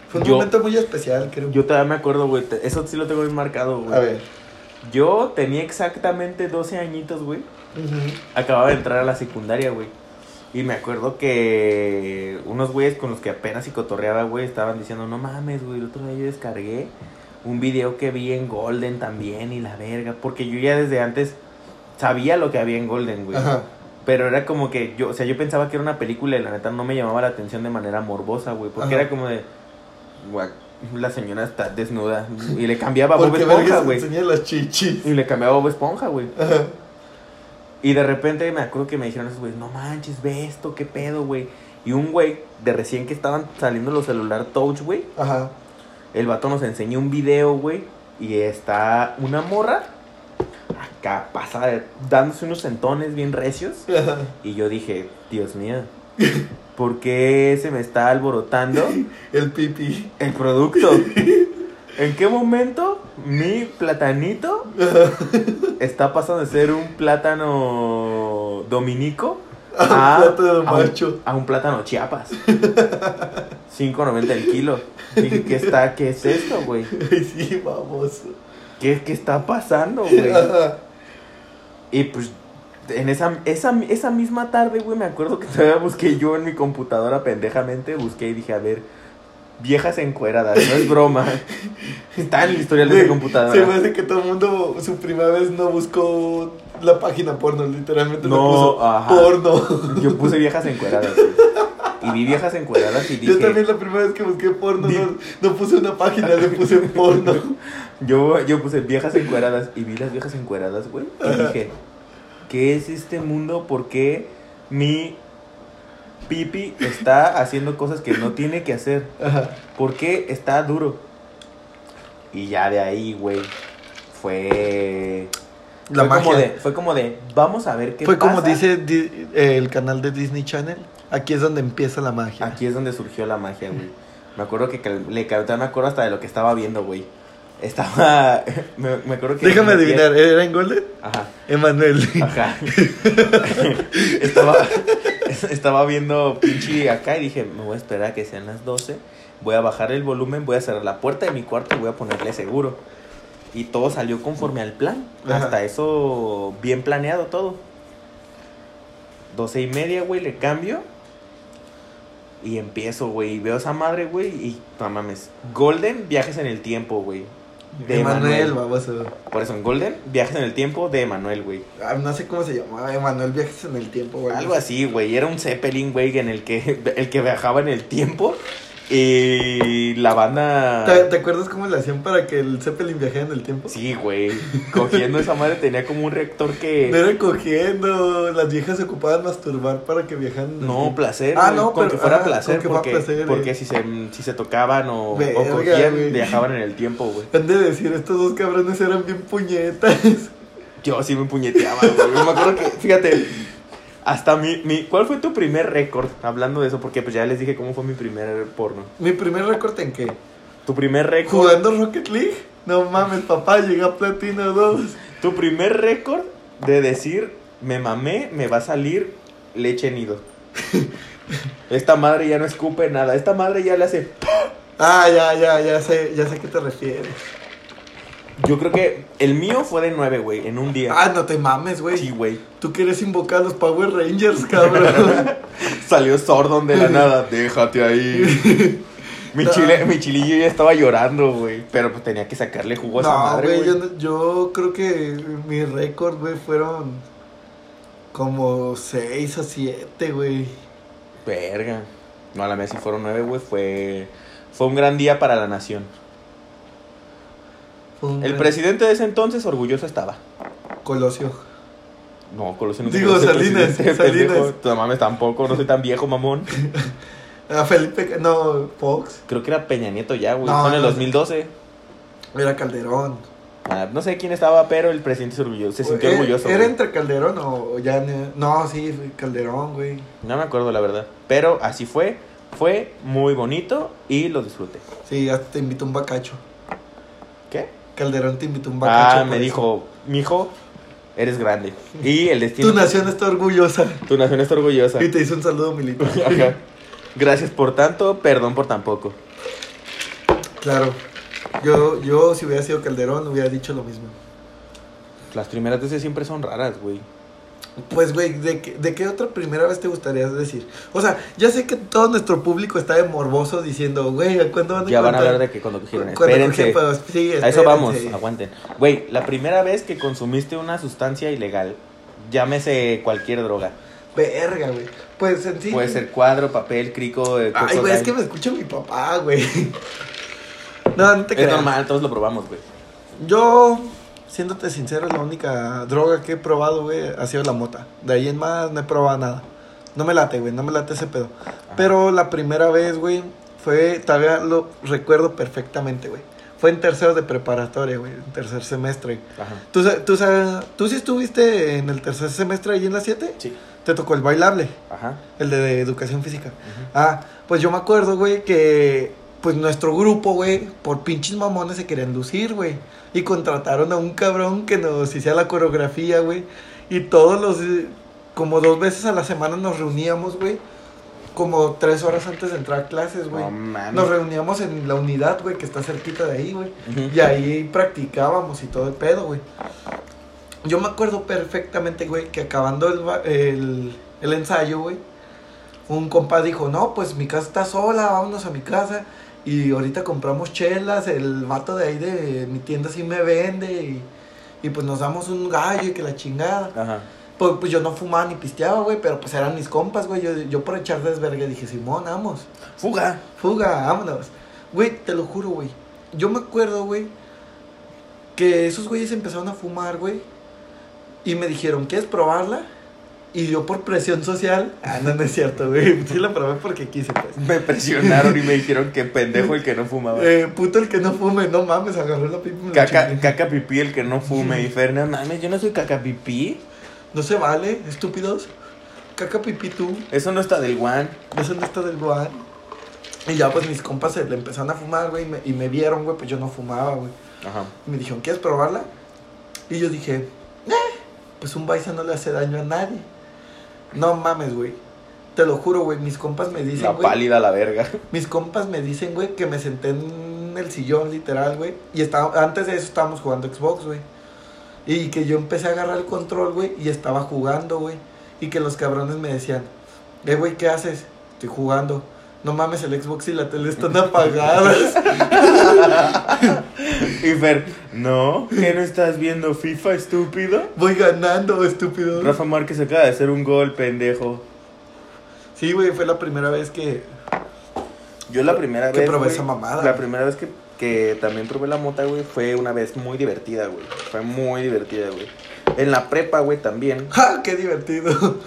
Fue un Yo- momento muy especial, creo. Yo todavía me acuerdo, güey. te- Eso sí lo tengo bien marcado, güey. A ver. Yo tenía exactamente 12 añitos, güey. Ujú. Acababa de entrar a la secundaria, güey. Y me acuerdo que unos güeyes con los que apenas y cotorreaba, güey, estaban diciendo, no mames, güey, el otro día yo descargué un video que vi en Golden también y la verga. Porque yo ya desde antes sabía lo que había en Golden, güey. Ajá. Pero era como que yo, o sea, yo pensaba que era una película y la neta no me llamaba la atención de manera morbosa, güey. Porque Ajá. era como de, "Guau, la señora está desnuda. Y le cambiaba a Bob Porque verga Esponja, se güey. enseña las chichis. Y le cambiaba a Bob Esponja, güey. Ajá. Y de repente me acuerdo que me dijeron esos güeyes, no manches, ve esto, qué pedo, güey. Y un güey, de recién que estaban saliendo los celular touch, güey, Ajá. el vato nos enseñó un video, güey, y está una morra acá pasada, de- dándose unos sentones bien recios. Ajá. Y yo dije, Dios mío, ¿por qué se me está alborotando El pipi. el producto? ¿En qué momento mi platanito está pasando de ser un plátano dominico Ah, A un plátano a un- macho. a un plátano chiapas? 5.90 el kilo. Dije, ¿qué, está, ¿qué es esto, güey? Ay, sí, baboso. Oh, ¿Qué, ¿Qué está pasando, güey? Ajá. Y pues en esa, esa, esa misma tarde, güey, me acuerdo que todavía busqué yo en mi computadora pendejamente, busqué y dije, a ver, viejas encueradas, no es broma. Está en el historial de mi Güey, computadora. Se me hace que todo el mundo su primera vez no buscó la página porno, literalmente No, no, puso ajá. porno. Yo puse viejas encueradas. güey. Y vi viejas encueradas y dije. Yo también la primera vez que busqué porno Di- no, no puse una página, le puse porno. Yo, yo puse viejas encueradas y vi las viejas encueradas, güey. Y dije, ¿qué es este mundo? ¿Por qué mi pipi está haciendo cosas que no tiene que hacer? Ajá. ¿Por qué está duro? Y ya de ahí, güey, fue... La fue Como magia. de, fue como de, vamos a ver qué Fue como pasa. dice di- el canal de Disney Channel. Aquí es donde empieza la magia. Aquí es donde surgió la magia, güey. Me acuerdo que cal- le canté, me acuerdo hasta de lo que estaba viendo, güey. Estaba... Me, me acuerdo que... Déjame metí- adivinar, ¿era en Golden? Ajá. Emanuel. Ajá. estaba, estaba viendo pinche acá y dije, me voy a esperar a que sean las 12. Voy a bajar el volumen, voy a cerrar la puerta de mi cuarto y voy a ponerle seguro. Y todo salió conforme al plan. Ajá. Hasta eso, bien planeado todo. 12 y media, güey, le cambio. Y empiezo, güey. Y veo esa madre, güey. Y no mames. Golden, viajes en el tiempo, güey. De Emanuel, Emanuel. baboso. Por eso, en Golden, viajes en el tiempo de Emanuel, güey. Ah, no sé cómo se llamaba, Emanuel Viajes en el Tiempo, güey. Algo así, güey. Era un Zeppelin, güey, en el que, el que viajaba en el tiempo. Y la banda. ¿Te, te acuerdas cómo le hacían para que el Zeppelin viajara en el tiempo? Sí, güey. Cogiendo esa madre tenía como un reactor No que. era cogiendo, las viejas se ocupaban masturbar para que viajaran. en el No, tiempo. placer. Ah, güey, no, con pero- que fuera ajá, placer. con que fuera porque placer, porque güey. si, se, si se tocaban o, o Verga, cogían, güey. viajaban en el tiempo, güey. Han de decir, estos dos cabrones eran bien puñetas. Yo sí me puñeteaba, güey. Yo me acuerdo que, fíjate, hasta mi, mi. ¿Cuál fue tu primer récord? Hablando de eso, porque pues ya les dije cómo fue mi primer porno. Mi primer récord en qué? Tu primer récord. ¿Jugando Rocket League? No mames, papá, llegué a Platino 2. Tu primer récord de decir, me mamé, me va a salir leche nido. Esta madre ya no escupe nada, esta madre ya le hace... Ah, ya, ya, ya sé, ya sé a qué te refieres. Yo creo que el mío fue de nueve, güey, en un día. Ah, no te mames, güey. Sí, güey. Tú quieres invocar a los Power Rangers, cabrón. Salió Sordon de la nada, déjate ahí. Mi, No. chile, mi chilillo ya estaba llorando, güey. Pero pues tenía que sacarle jugo a esa no, madre, güey, güey. yo, no- yo creo que mi récord, güey, fueron como 6 o 7, güey. Verga. No, a la mía sí fueron nueve, güey. Fue, fue un gran día para la nación. Fue un El gran- presidente de ese entonces orgulloso estaba. Colosio. No, Colosio no Digo, conoce al Salinas, presidente, Salinas. pendejo. No mames, tampoco, no soy tan viejo, mamón. Ah, Felipe, Ca- no, Fox. Creo que era Peña Nieto ya, güey. No, Fue en el no. 2012. Era Calderón. Ah, no sé quién estaba, pero el presidente se, orgullo- se sintió Eh, orgulloso. ¿Era güey. entre Calderón o ya no? No, sí, fue Calderón, güey. No me acuerdo, la verdad. Pero así fue. Fue muy bonito y lo disfruté. Sí, hasta te invitó un bacacho. ¿Qué? Calderón te invitó un bacacho. ah, me por eso. dijo, mijo, eres grande. Y el destino. Tu nación está orgullosa. tu nación está orgullosa. Y te hizo un saludo militar. Ajá. Gracias por tanto, perdón por tampoco. Claro. Yo, yo, si hubiera sido Calderón, hubiera dicho lo mismo. Las primeras veces siempre son raras, güey. Pues, güey, ¿de, qué- ¿de qué otra primera vez te gustaría decir? O sea, ya sé que todo nuestro público está de morboso diciendo, güey, ¿a cuándo van a Ya van a contar? hablar de que cuando cogieron. Cu- cuando cogen, Espérense. pero Este, sí, A eso espérense. vamos, aguanten. Güey, la primera vez que consumiste una sustancia ilegal, llámese cualquier droga. Verga, güey. Pues en sí. Puede ser cuadro, papel, crico, eh, Ay, güey, es que me crocodile. escucha mi papá, güey. No, no te Es creas. normal, todos lo probamos, güey. Yo, siéndote sincero, la única droga que he probado, güey, ha sido la mota. De ahí en más no he probado nada. No me late, güey, no me late ese pedo. Pero la primera vez, güey, fue, todavía lo recuerdo perfectamente, güey. Fue en tercero de preparatoria, güey, en tercer semestre. Ajá. ¿Tú, sa- tú, sa- ¿Tú sí estuviste en el tercer semestre ahí en las 7? Sí. Te tocó el bailable. Ajá. El de, de educación física. Ah, pues yo me acuerdo, güey, que pues nuestro grupo, güey, por pinches mamones se querían lucir, güey. Y contrataron a un cabrón que nos hiciera la coreografía, güey. Y todos los, eh, como dos veces a la semana nos reuníamos, güey. Como tres horas antes de entrar a clases, güey. No mames. nos reuníamos en la unidad, güey, que está cerquita de ahí, güey. Ujú. Y ahí practicábamos y todo el pedo, güey. Yo me acuerdo perfectamente, güey, que acabando el, ba- el, el ensayo, güey, un compa dijo, no, pues mi casa está sola, vámonos a mi casa. Y ahorita compramos chelas, el vato de ahí de mi tienda sí me vende y, y pues nos damos un gallo y que la chingada. Ajá. Pues, pues yo no fumaba ni pisteaba, güey, pero pues eran mis compas, güey. Yo, yo por echar desvergue dije, Simón, vamos. Fuga. Fuga, vámonos. Güey, te lo juro, güey. Yo me acuerdo, güey, que esos güeyes empezaron a fumar, güey. Y me dijeron, ¿quieres probarla? Y yo por presión social... Ah, no, no es cierto, güey. Sí la probé porque quise, pues. Me presionaron y me dijeron que pendejo el que no fumaba. Eh, puto el que no fume, no mames, agarró la pipa y me la Caca, chingué. caca pipí el que no fume. Y Fer, no mames, yo no soy caca pipí. No se vale, estúpidos. Caca pipí tú. Eso no está del guan. Eso no está del guan. Y ya, pues, mis compas se le empezaron a fumar, güey. Y me, y me vieron, güey, pues yo no fumaba, güey. Ajá. Me dijeron, ¿quieres probarla? Y yo dije, "Eh, pues un baisa no le hace daño a nadie. No mames, güey. Te lo juro, güey. Mis compas me dicen, La güey. pálida, la verga. Mis compas me dicen, güey, que me senté en el sillón, literal, güey. Y estaba, antes de eso estábamos jugando Xbox, güey. Y que yo empecé a agarrar el control, güey, y estaba jugando, güey. Y que los cabrones me decían, eh, güey, ¿qué haces? Estoy jugando. No mames, el Xbox y la tele están apagadas. Y Fer, no, que no estás viendo FIFA, estúpido. Voy ganando, estúpido. Rafa Márquez acaba de hacer un gol, pendejo. Sí, güey, fue la primera vez que. Yo la primera Que vez. probé güey, esa mamada. La primera vez que, que también probé la mota, güey, fue una vez muy divertida, güey. Fue muy divertida, güey. En la prepa, güey, también. ¡Ja! ¡Qué divertido!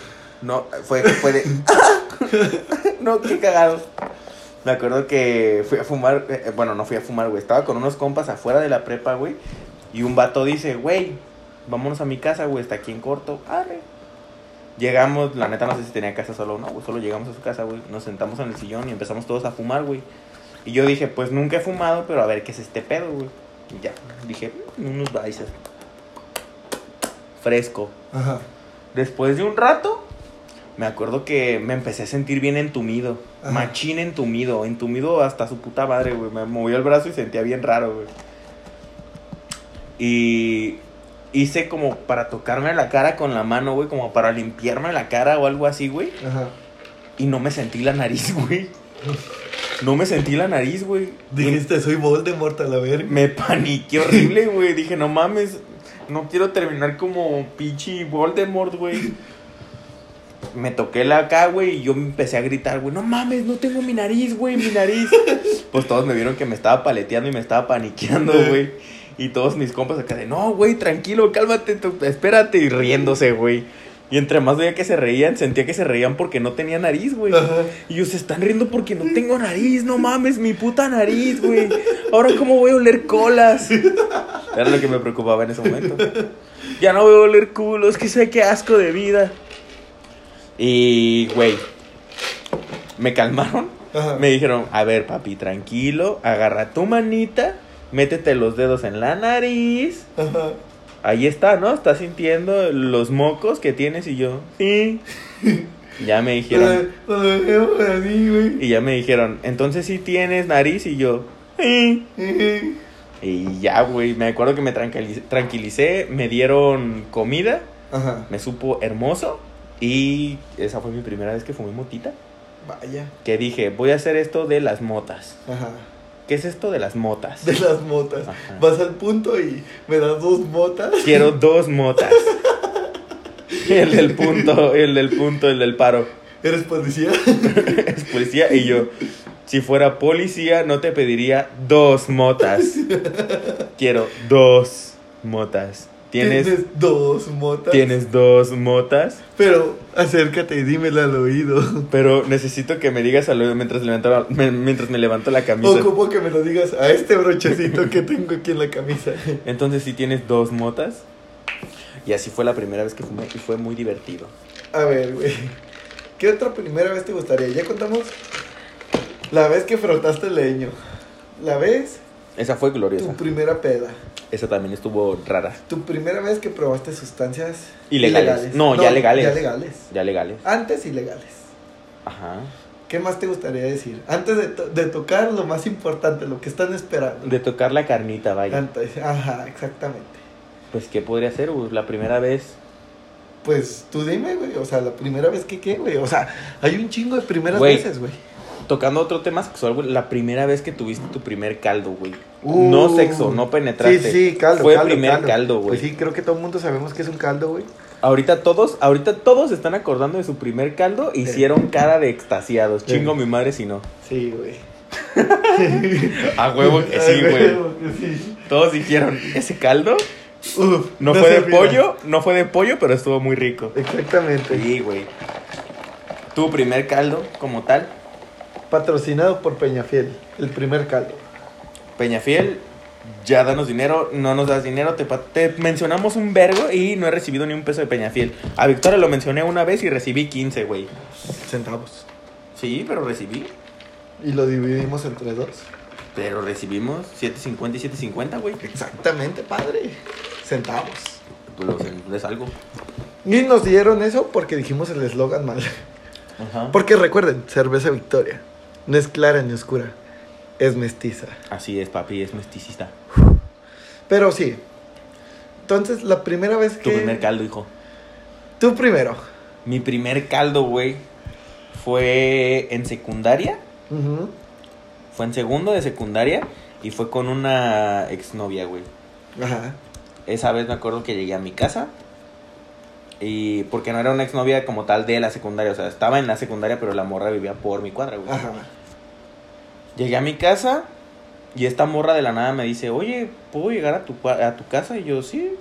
No, fue, fue de. no, qué cagado. Me acuerdo que fui a fumar. eh, bueno, no fui a fumar, güey. Estaba con unos compas afuera de la prepa, güey. Y un vato dice, güey, vámonos a mi casa, güey. Está aquí en corto. Arre. Llegamos, la neta no sé si tenía casa solo o no, güey. Solo llegamos a su casa, güey. Nos sentamos en el sillón y empezamos todos a fumar, güey. Y yo dije, pues nunca he fumado, pero a ver qué es este pedo, güey. Y ya, dije, "Mm, unos baisas. Fresco. Ajá. Después de un rato, me acuerdo que me empecé a sentir bien entumido. Ajá. Machín entumido. Entumido hasta su puta madre, güey. Me movió el brazo y sentía bien raro, güey. Y hice como para tocarme la cara con la mano, güey. Como para limpiarme la cara o algo así, güey. Ajá. Y no me sentí la nariz, güey. No me sentí la nariz, güey. Y- Dijiste, soy Voldemort a la verga. me paniqué horrible, güey. Dije, no mames, no quiero terminar como pinche Voldemort, güey. Me toqué la acá, güey, y yo empecé a gritar, güey, no mames, no tengo mi nariz, güey, mi nariz. pues todos me vieron que me estaba paleteando y me estaba paniqueando, güey. Y todos mis compas acá de, no, güey, tranquilo, cálmate, tú- espérate, y riéndose, güey. Y entre más veía que se reían, sentía que se reían porque no tenía nariz, güey. Ajá. Y ellos se están riendo porque no tengo nariz, no mames, mi puta nariz, güey. Ahora cómo voy a oler colas. Era lo que me preocupaba en ese momento. Ya no voy a oler culos, que sé qué asco de vida. Y, güey, me calmaron. Ajá. Me dijeron, a ver, papi, tranquilo, agarra tu manita, métete los dedos en la nariz. Ajá. Ahí está, ¿no? Estás sintiendo los mocos que tienes y yo, sí. Ya me dijeron, Eh, eh, así, güey. y ya me dijeron, entonces sí tienes nariz y yo. "Sí". Eh, Y ya, güey, me acuerdo que me tranquili- tranquilicé, me dieron comida, Ajá. me supo hermoso y esa fue mi primera vez que fumé motita. Vaya. Que dije, voy a hacer esto de las motas. Ajá. ¿Qué es esto de las motas? De las motas. Ajá. Vas al punto y me das dos motas. Quiero dos motas. El del punto, el del punto, el del paro. Eres policía. Es policía y yo, si fuera policía, no te pediría dos motas. Quiero dos motas. ¿Tienes, dos motas. tienes dos motas? Pero acércate y dímela al oído. Pero necesito que me digas al oído mientras, levantaba- me- mientras me levanto la O camisa. como que me lo digas a este brochecito que tengo aquí en la camisa. Entonces, si tienes dos motas. Y así fue la primera vez que fumé y fue muy divertido. A ver, güey. ¿Qué otra primera vez te gustaría? Ya contamos la vez que frotaste el leño. La vez, Esa fue tu gloriosa. primera peda. Esa también estuvo rara. Tu primera vez que probaste sustancias Ilegales. No, ya legales. Ya legales. Ya legales. Antes ilegales. Ajá. ¿Qué más te gustaría decir? Antes de, to- de tocar lo más importante, lo que están esperando. De tocar la carnita, vaya. Antes- Ajá, exactamente. Pues, ¿qué podría ser, güey? La primera vez. Pues tú dime, güey. O sea, la primera vez que qué, güey. O sea, hay un chingo de primeras Güey. veces, güey. Tocando otro tema sexual, güey. La primera vez que tuviste tu primer caldo, güey. Uh. no sexo, no penetraste. Sí, sí, caldo. Fue caldo, primer caldo, güey. Pues sí, creo que todo el mundo sabemos que es un caldo, güey. Ahorita todos, ahorita todos se están acordando de su primer caldo. e Hicieron cara de extasiados. Sí. Chingo a mi madre si no. Sí, güey. A huevo que sí, A güey. huevo que sí. Todos dijeron, ese caldo Uf, no, fue se de olvida. pollo, no fue de pollo, pero estuvo muy rico. Exactamente. Sí, güey. Tu primer caldo como tal, Patrocinado por Peñafiel, el primer caldo. Peñafiel, ya danos dinero, no nos das dinero, te, pa- te mencionamos un vergo y no he recibido ni un peso de Peñafiel. A Victoria lo mencioné una vez y recibí 15, güey. Centavos. Sí, pero recibí. Y lo dividimos entre dos. Pero recibimos 7.50 y 7.50, güey. Exactamente, padre. Centavos. Pues lo sé, Es algo. Y nos dieron eso porque dijimos el eslogan mal. Ajá. Porque recuerden, cerveza Victoria. No es clara ni oscura. Es mestiza. Así es, papi, es mesticista. Pero sí. Entonces, la primera vez que... Tu primer caldo, hijo. Tú primero. Mi primer caldo, güey, fue en secundaria. Ujú. Fue en segundo de secundaria y fue con una exnovia, güey. Ajá. Esa vez me acuerdo que llegué a mi casa y porque no era una exnovia como tal de la secundaria, o sea, estaba en la secundaria, pero la morra vivía por mi cuadra, güey. Ajá. Llegué a mi casa y esta morra de la nada me dice, "Oye, ¿puedo llegar a tu cua- a tu casa?" Y yo, "Sí."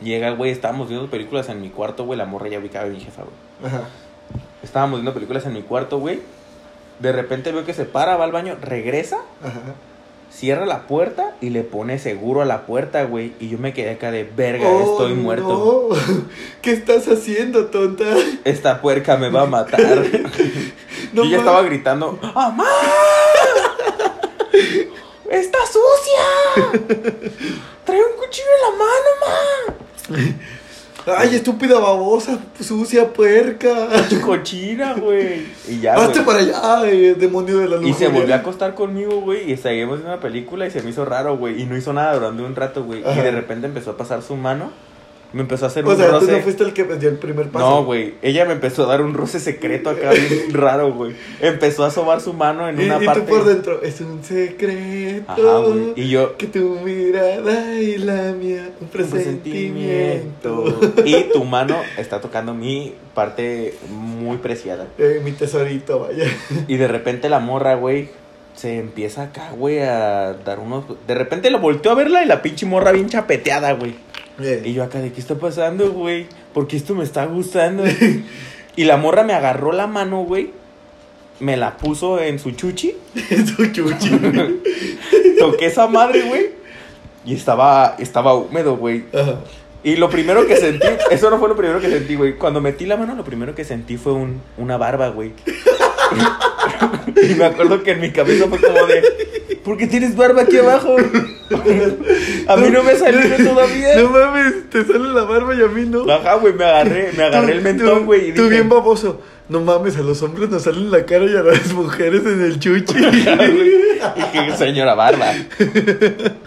Llega, güey, estábamos viendo películas en mi cuarto, güey, la morra ya ubicaba a mi jefa, güey. Ajá. Estábamos viendo películas en mi cuarto, güey. De repente veo que se para, va al baño, regresa, Ajá. cierra la puerta y le pone seguro a la puerta, güey. Y yo me quedé acá de verga, Oh, estoy muerto. no. ¿Qué estás haciendo, tonta? Esta puerca me va a matar. No yo ya mames. estaba gritando, ¡Amá! ¡Está sucia! ¡Trae un cuchillo en la mano, ma! Ay, estúpida babosa, sucia, puerca. ¡Cochina, güey! Y ya, Hazte güey. para allá, eh, demonio de la luz. Y se volvió a acostar conmigo, güey, y seguimos viendo una película y se me hizo raro, güey, y no hizo nada durante un rato, güey, y Ajá. de repente empezó a pasar su mano, me empezó a hacer O un sea, tú roce. no fuiste el que me dio el primer paso. No, güey, ella me empezó a dar un roce secreto acá bien raro, güey. Empezó a sobar su mano en Y, una y parte. tú por dentro, es un secreto. Ajá, güey. Y yo Que tu mirada y la mía, un un presentimiento. presentimiento. Y tu mano está tocando mi parte muy preciada. Eh, mi tesorito, vaya. Y de repente la morra, güey, se empieza acá, güey, a dar unos. De repente lo volteó a verla y la pinche morra bien chapeteada, güey. Y yo acá, ¿de qué está pasando, güey? Porque esto me está gustando. y la morra me agarró la mano, güey. Me la puso en su chuchi. Es un chuchi. Toqué esa madre, güey. Y estaba, estaba húmedo, güey. Ajá. Y lo primero que sentí, eso no fue lo primero que sentí, güey. Cuando metí la mano, lo primero que sentí fue un, una barba, güey. y me acuerdo que en mi cabeza fue como de, ¿por qué tienes barba aquí abajo? a mí no me salió No todavía. mames, te sale la barba y a mí no. Ajá, güey, me agarré, me agarré el Tú- mentón, tú- güey. y Tú dije, bien baboso. No mames, a los hombres nos salen la cara y a las mujeres en el chuchi. "Ah, Dije, señora barba.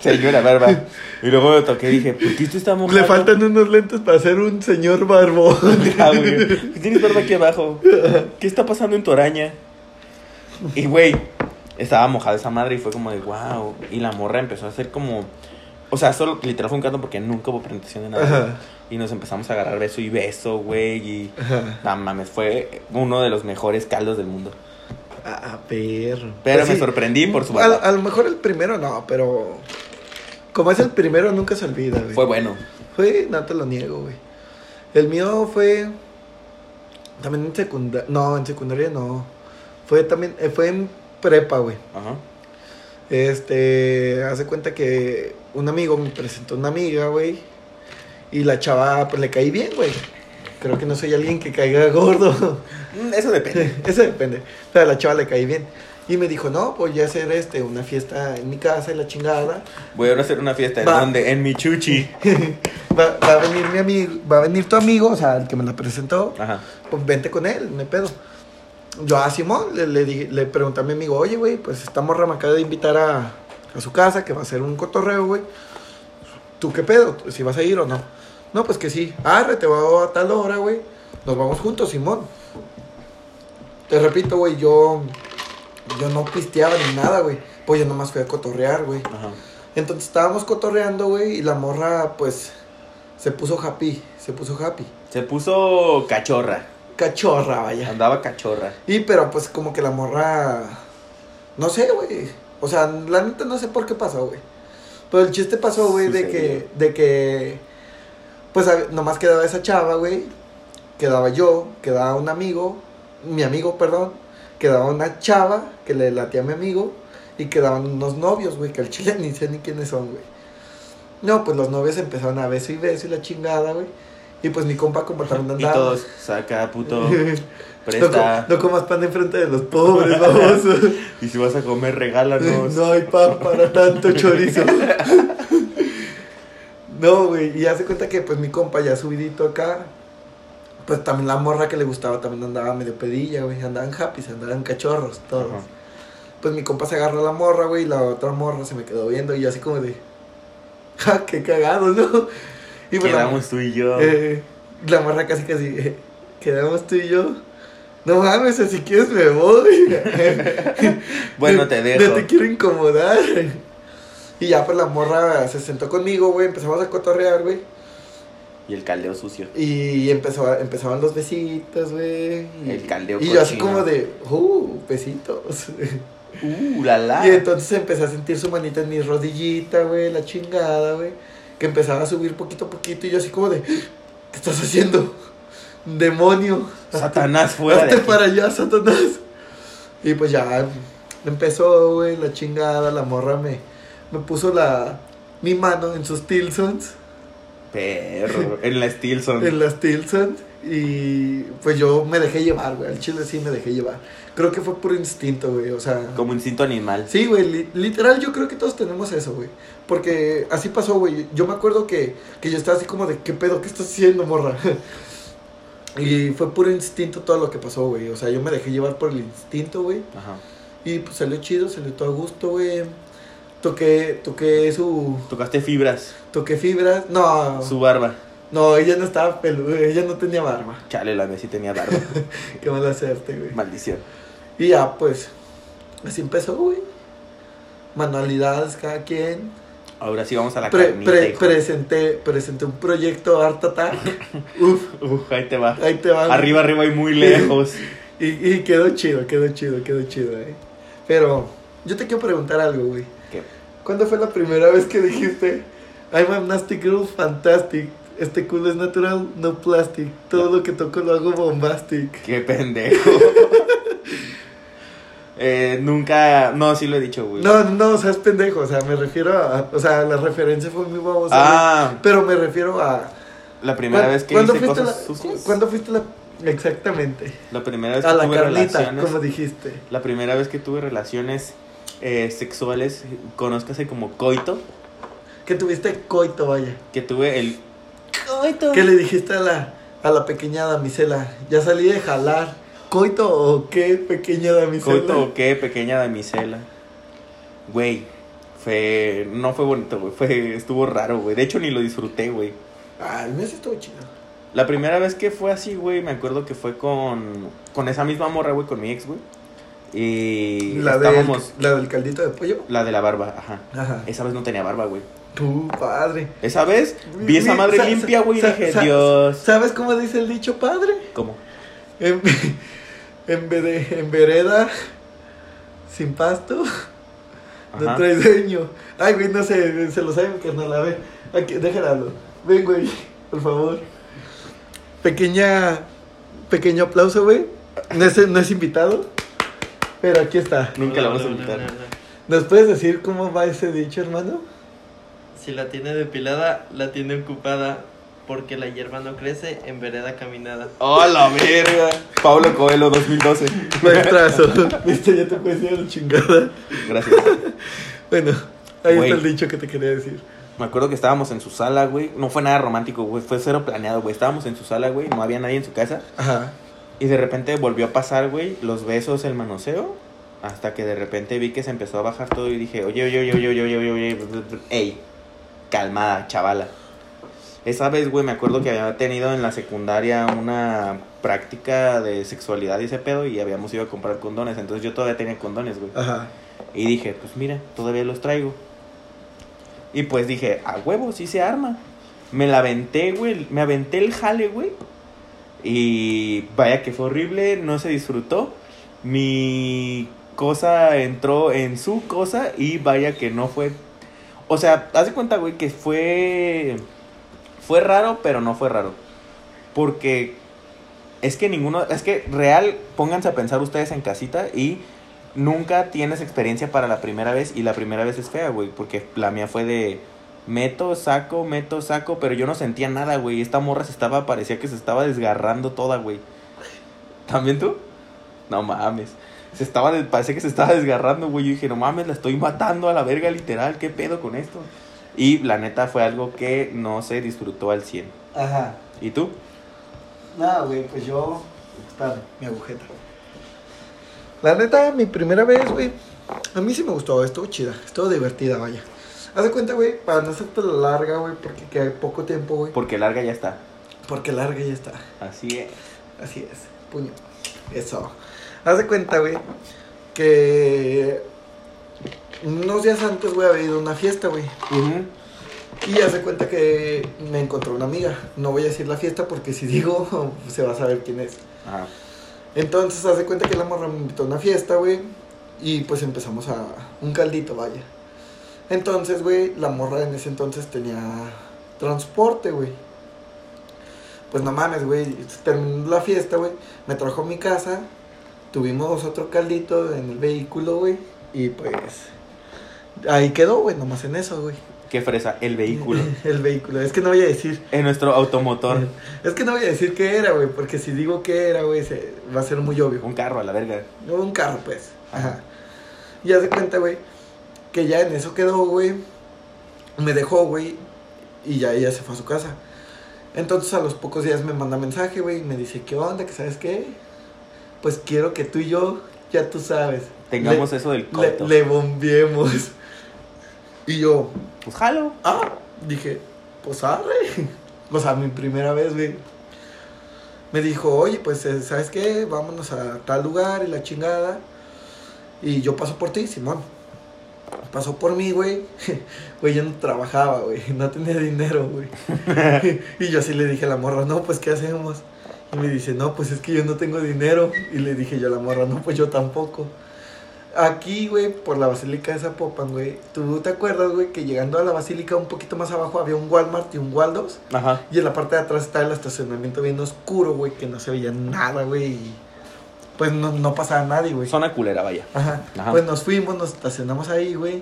Señora barba. Y luego me toqué y dije, ¿por qué esto está mojado? Le faltan unos lentes para ser un señor barbón. Ah, güey. Tienes barba aquí abajo. ¿Qué está pasando en tu araña? Y, güey, estaba mojada esa madre y fue como de wow. Y la morra empezó a hacer como. O sea, solo literal fue un canto porque nunca hubo presentación de nada. Ajá. Y nos empezamos a agarrar beso y beso, güey. Y. Ajá. No mames, fue uno de los mejores caldos del mundo. Ah, perro. Pero Pues me sí, sorprendí por su a, barba. a lo mejor el primero no, pero. Como es el primero, nunca se olvida, güey. Fue bueno. Fue, no te lo niego, güey. El mío fue. También en secundaria. No, en secundaria no. Fue también. eh, Fue en prepa, güey. Ajá. Este, hace cuenta que un amigo me presentó una amiga, güey. Y la chava, pues le caí bien, güey. Creo que no soy alguien que caiga gordo. Mm, Eso depende. Eso depende. Pero a la chava le caí bien. Y me dijo, no, pues ya hacer este, una fiesta en mi casa y la chingada. Voy a hacer una fiesta. ¿En Va. dónde? En mi chuchi. Va, va a venir mi amigo, va a venir tu amigo, o sea, el que me la presentó. Ajá. Pues vente con él, no hay pedo. Yo a Simón le, le, dije- le pregunté a mi amigo, oye, güey, pues esta morra me acaba de invitar a, a su casa, que va a ser un cotorreo, güey. ¿tú qué pedo? ¿Si vas a ir o no? No, pues que sí. Arre, te voy a tal hora, güey. Nos vamos juntos, Simón. Te repito, güey, yo. Yo no pisteaba ni nada, güey. Pues yo nomás fui a cotorrear, güey. Ajá. Entonces estábamos cotorreando, güey, y la morra, pues, se puso happy, se puso happy. Se puso cachorra. Cachorra, vaya. Andaba cachorra. Y pero, pues, como que la morra, no sé, güey. O sea, la neta no sé por qué pasó, güey. Pero el chiste pasó, güey, de que, de que, pues, a- nomás quedaba esa chava, güey. Quedaba yo, quedaba un amigo, mi amigo, perdón. Quedaba una chava que le latía a mi amigo. Y quedaban unos novios, güey, que al chile ni sé ni quiénes son, güey. No, pues los novios empezaron a beso y beso y la chingada, güey. Y pues mi compa con pantalón Y andaba. todos, saca, puto, no, presta. co- no comas pan enfrente de los pobres, baboso. Y si vas a comer, regálanos. No hay pan para tanto chorizo. no, güey. Y hace cuenta que, pues, mi compa ya subidito acá. Pues también la morra que le gustaba también andaba medio pedilla, güey. Andaban happy, andaban cachorros, todos. Ajá. Pues mi compa se agarró a la morra, güey. Y la otra morra se me quedó viendo. Y yo, así como de. ¡Ja, qué cagado, no! Y pues, la- Quedamos tú y yo. eh, la morra casi casi, eh, quedamos tú y yo. No mames, si quieres me voy. Bueno, No- te dejo. No te quiero incomodar. Y ya pues la morra se sentó conmigo, güey, empezamos a cotorrear, güey. Y el caldeo sucio. Y empezó a- empezaban los besitos, güey. y- El caldeo Y yo así cochino. como de, uh, besitos. Uh, la la. Y entonces empecé a sentir su manita en mi rodillita, güey, la chingada, güey. Que empezaba a subir poquito a poquito y yo así como de, ¿qué estás haciendo? Demonio. Satanás fuera de Hazte aquí. para allá, Satanás. Y pues ya empezó, güey, la chingada, la morra me, me puso la, mi mano en sus Tilsons, Perro. En la Stilson. en las Tilsons. Y pues yo me dejé llevar, güey, al chile sí me dejé llevar. Creo que fue por instinto, güey, o sea... Como instinto animal. Sí, güey, li- literal yo creo que todos tenemos eso, güey. Porque así pasó, güey. Yo me acuerdo que, que yo estaba así como de, ¿qué pedo? ¿Qué estás haciendo, morra? Y fue puro instinto todo lo que pasó, güey. O sea, yo me dejé llevar por el instinto, güey. Ajá. Y pues salió chido, salió todo a gusto, güey. Toqué, toqué su, Tocaste fibras. toqué fibras. No, Su barba. no, ella no estaba peluda, ella no tenía barba. Chale, la mía sí tenía barba. Qué mala suerte, güey. Maldición. Y ya, pues, así empezó, güey. Manualidades cada quien. Ahora sí vamos a la Pre- carnita, pre- hijo. presenté, presenté un proyecto Art Attack. Uf, Uf, ahí te va. ahí te va. Arriba, arriba y muy lejos. Y, y quedó chido, quedó chido, quedó chido, eh. Pero yo te quiero preguntar algo, güey. ¿Qué? ¿Cuándo fue la primera vez que dijiste, I'm a nasty girl, fantastic? Este culo es natural, no plastic. Todo lo que toco lo hago bombastic. Qué pendejo. Eh, nunca. No, sí lo he dicho, güey. No, no, o sea, es pendejo. O sea, me refiero a. O sea, la referencia fue muy babosa. ah, güey, Pero me refiero a. la primera ¿Cuán- vez que ¿cuándo hice fuiste cosas la- sucias. ¿Cuándo fuiste la.? Exactamente. La primera vez que A la tuve carnita, relaciones. como dijiste. La primera vez que tuve relaciones eh, sexuales, conózcase como coito, Que tuviste coito, vaya. que tuve el. Coito. ¿Qué le dijiste a la, a la pequeña damisela? Ya salí de jalar. ¿Coito o qué, pequeña damisela? Coito o qué, pequeña damisela. Güey, fue. No fue bonito, güey. Fue... Estuvo raro, güey. De hecho, ni lo disfruté, güey. Ah, el mío sí estuvo chido. La primera vez que fue así, güey, me acuerdo que fue con, con esa misma morra, güey, con mi ex, güey. Y La, estábamos... del, la del caldito de pollo. La de la barba, ajá. Ajá. Esa vez no tenía barba, güey. Tu padre. Esa vez vi esa Mi- madre sa- limpia, sa- güey, y sa- dije, sa- Dios. ¿Sabes cómo dice el dicho padre? ¿Cómo? En, en, vere- en vereda, sin pasto, no Ajá. trae dueño. Ay, güey, no sé, se lo sabe mi carnal. A ver, aquí, déjala hablo. Ven, güey, por favor. Pequeña, pequeño aplauso, güey. No es, no es invitado, pero aquí está. Nunca la No, vamos a no, no, invitar. no, no. ¿Nos puedes decir cómo va ese dicho, hermano? Si la tiene depilada, la tiene ocupada. Porque la hierba no crece en vereda caminada. ¡Oh, la verga! Pablo Coelho, 2012. Maestrazo. Listo, ya te puedes ir a la chingada. Gracias. Bueno, ahí Güey. está el dicho que te quería decir. Me acuerdo que estábamos en su sala, güey. No fue nada romántico, güey. Fue cero planeado, güey. Estábamos en su sala, güey. No había nadie en su casa. Ajá. Y de repente volvió a pasar, güey, los besos, el manoseo. Hasta que de repente vi que se empezó a bajar todo y dije, oye, oye, oye, oye, oye, oye, oye, oye, ey, calmada, chavala. Esa vez, güey, me acuerdo que había tenido en la secundaria una práctica de sexualidad y ese pedo y habíamos ido a comprar condones. Entonces yo todavía tenía condones, güey. Ajá. Y dije, pues mira, todavía los traigo. Y pues dije, a huevo, sí se arma. Me la aventé, güey. Me aventé el jale, güey. Y vaya que fue horrible, no se disfrutó. Mi cosa entró en su cosa y vaya que no fue. O sea, haz de cuenta, güey, que fue. Fue raro, pero no fue raro. Porque es que ninguno. Es que real, pónganse a pensar ustedes en casita y nunca tienes experiencia para la primera vez y la primera vez es fea, güey, porque la mía fue de meto, saco, meto, saco, pero yo no sentía nada, güey. Esta morra se estaba, parecía que se estaba desgarrando toda, güey. ¿También tú? No mames. Se estaba, des- parecía que se estaba desgarrando, güey. Yo dije, no mames, la estoy matando a la verga literal, ¿qué pedo con esto? Y la neta fue algo que no se disfrutó al 100. Ajá. ¿Y tú? Nada, güey, pues yo. Espérame, mi agujeta. La neta, mi primera vez, güey. A mí sí me gustó, estuvo chida, estuvo divertida, vaya. Haz de cuenta, güey, para no hacerte la larga, güey, porque queda poco tiempo, güey. Porque larga ya está. Porque larga ya está. Así es. Así es, puño. Eso. Haz de cuenta, güey, que unos días antes, güey, había ido a una fiesta, güey. Y haz de cuenta que me encontró una amiga. No voy a decir la fiesta porque si digo, se va a saber quién es. Ajá. Entonces, haz de cuenta que la morra me invitó a una fiesta, güey. Y pues empezamos a un caldito, vaya. Entonces, güey, la morra en ese entonces tenía transporte, güey. Pues no mames, güey. Terminó la fiesta, güey. Me trajo a mi casa. Tuvimos otro caldito en el vehículo, güey. Y pues. Ahí quedó, güey, nomás en eso, güey. Qué fresa, el vehículo. El vehículo. Es que no voy a decir. en nuestro automotor. Es que no voy a decir qué era, güey. Porque si digo qué era, güey, se- va a ser muy obvio. Un carro a la verga. No, un carro, pues. Ajá. Y haz de cuenta, güey, que ya en eso quedó, güey. Me dejó, güey, y ya ella se fue a su casa. Entonces a los pocos días me manda mensaje, güey, y me dice, ¿qué onda? ¿Que sabes qué? Pues quiero que tú y yo, ya tú sabes. Tengamos le, eso del le, coito. le bombiemos. Y yo, Pues jalo. ah, dije, pues arre. O sea, mi primera vez, güey. Me dijo, oye, pues, eh, ¿sabes qué? Vámonos a tal lugar y la chingada. Y yo paso por ti, Simón. Pasó por mí, güey. Güey, yo no trabajaba, güey. No tenía dinero, güey. y yo así le dije a la morra, no, pues, ¿qué hacemos? Y me dice, no, pues es que yo no tengo dinero. Y le dije yo a la morra, no, pues yo tampoco. Aquí, güey, por la Basílica de Zapopan, güey. ¿Tú te acuerdas, güey, que llegando a la Basílica un poquito más abajo había un Walmart y un Waldos? Ajá. Y en la parte de atrás estaba el estacionamiento bien oscuro, güey, que no se veía nada, güey. y, Pues no, no pasaba nadie, güey. Zona culera, vaya. Ajá. Ajá. Pues nos fuimos, nos estacionamos ahí, güey.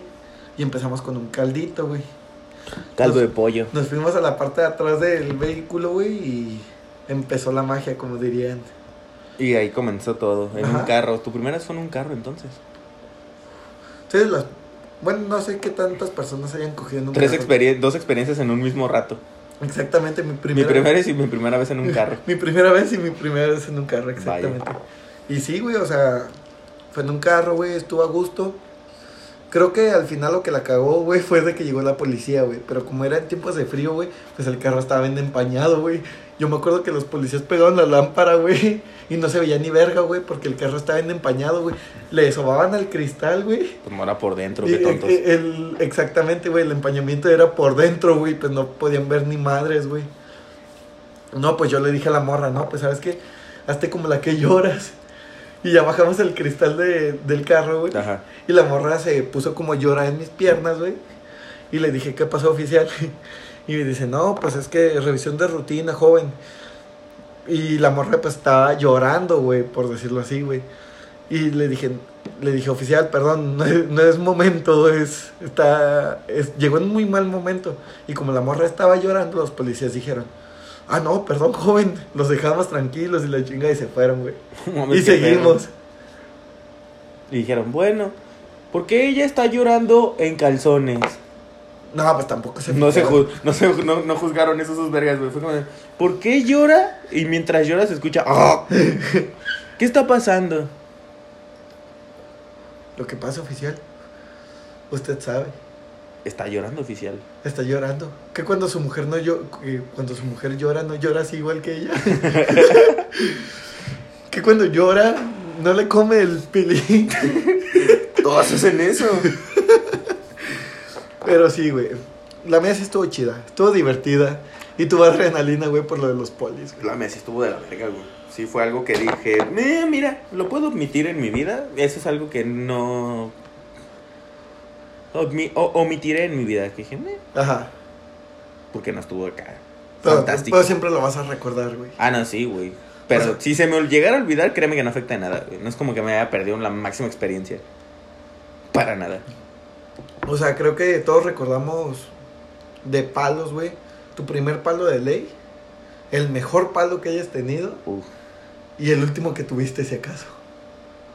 Y empezamos con un caldito, güey. Caldo de pollo. Nos fuimos a la parte de atrás del vehículo, güey, y empezó la magia, como dirían. Y ahí comenzó todo. En un Ajá. carro. carro. Tu primera fue en un carro entonces. Entonces, las... bueno, no sé qué tantas personas hayan cogido en un Tres carro. experien- dos experiencias en un mismo rato. Exactamente, mi primera Mi primera y mi primera vez en un carro. Mi primera vez y mi primera vez en un carro, exactamente. Y sí, güey, o sea, fue en un carro, güey, estuvo a gusto. Creo que al final lo que la cagó, güey, fue de que llegó la policía, güey. Pero como era en tiempos de frío, güey, pues el carro estaba bien empañado, güey. Yo me acuerdo que los policías pegaban la lámpara, güey, y no se veía ni verga, güey, porque el carro estaba bien empañado, güey. Le sobaban al cristal, güey. Pues mora por dentro, Y eh, qué tontos. el- el- exactamente, güey, el empañamiento era por dentro, güey, pues no podían ver ni madres, güey. No, pues yo le dije a la morra, no, pues sabes qué, hazte como la que lloras. Y ya bajamos el cristal de- del carro, güey. Ajá. Y la morra se puso como llora en mis piernas, güey. Y le dije, ¿qué pasó, oficial? Y me dice, no, pues es que revisión de rutina, joven. Y la morra pues estaba llorando, güey, por decirlo así, güey. Y le dije, le dije, oficial, perdón, no es, no es momento, es, está, es- llegó en muy mal momento. Y como la morra estaba llorando, los policías dijeron, ah, no, perdón, joven, los dejamos tranquilos y la chinga y se fueron, güey. Mames, Y qué perro. seguimos. Y dijeron, bueno, ¿por qué ella está llorando en calzones? No, pues tampoco se No se, fijaron. ju- no, se- no, no juzgaron esos sus vergas, güey. Fue como, de, ¿por qué llora? Y mientras llora se escucha, "Ah". ¿Qué está pasando? Lo que pasa, oficial, usted sabe. Está llorando oficial. Está llorando. Que cuando su mujer no llora, cuando su mujer llora, no llora así igual que ella. que cuando llora, no le come el pilín. Todos hacen eso. Pero sí, güey. La mesa estuvo chida, estuvo divertida. Y tuvo adrenalina, güey, por lo de los polis, güey. La Messi estuvo de la verga, güey. Sí, fue algo que dije, "Eh, mira, lo puedo admitir en mi vida. Eso es algo que no. Omi- o- omitiré en mi vida. Que dije, "Eh, Ajá. porque no estuvo acá. Pero, Fantástico. pero siempre lo vas a recordar, güey. Ah, no, sí, güey. Pero O sea- si se me llegara a olvidar, créeme que no afecta en nada, güey. No es como que me haya perdido la máxima experiencia. Para nada. O sea, creo que todos recordamos de palos, güey. Tu primer palo de ley, el mejor palo que hayas tenido Uf. y el último que tuviste, si acaso.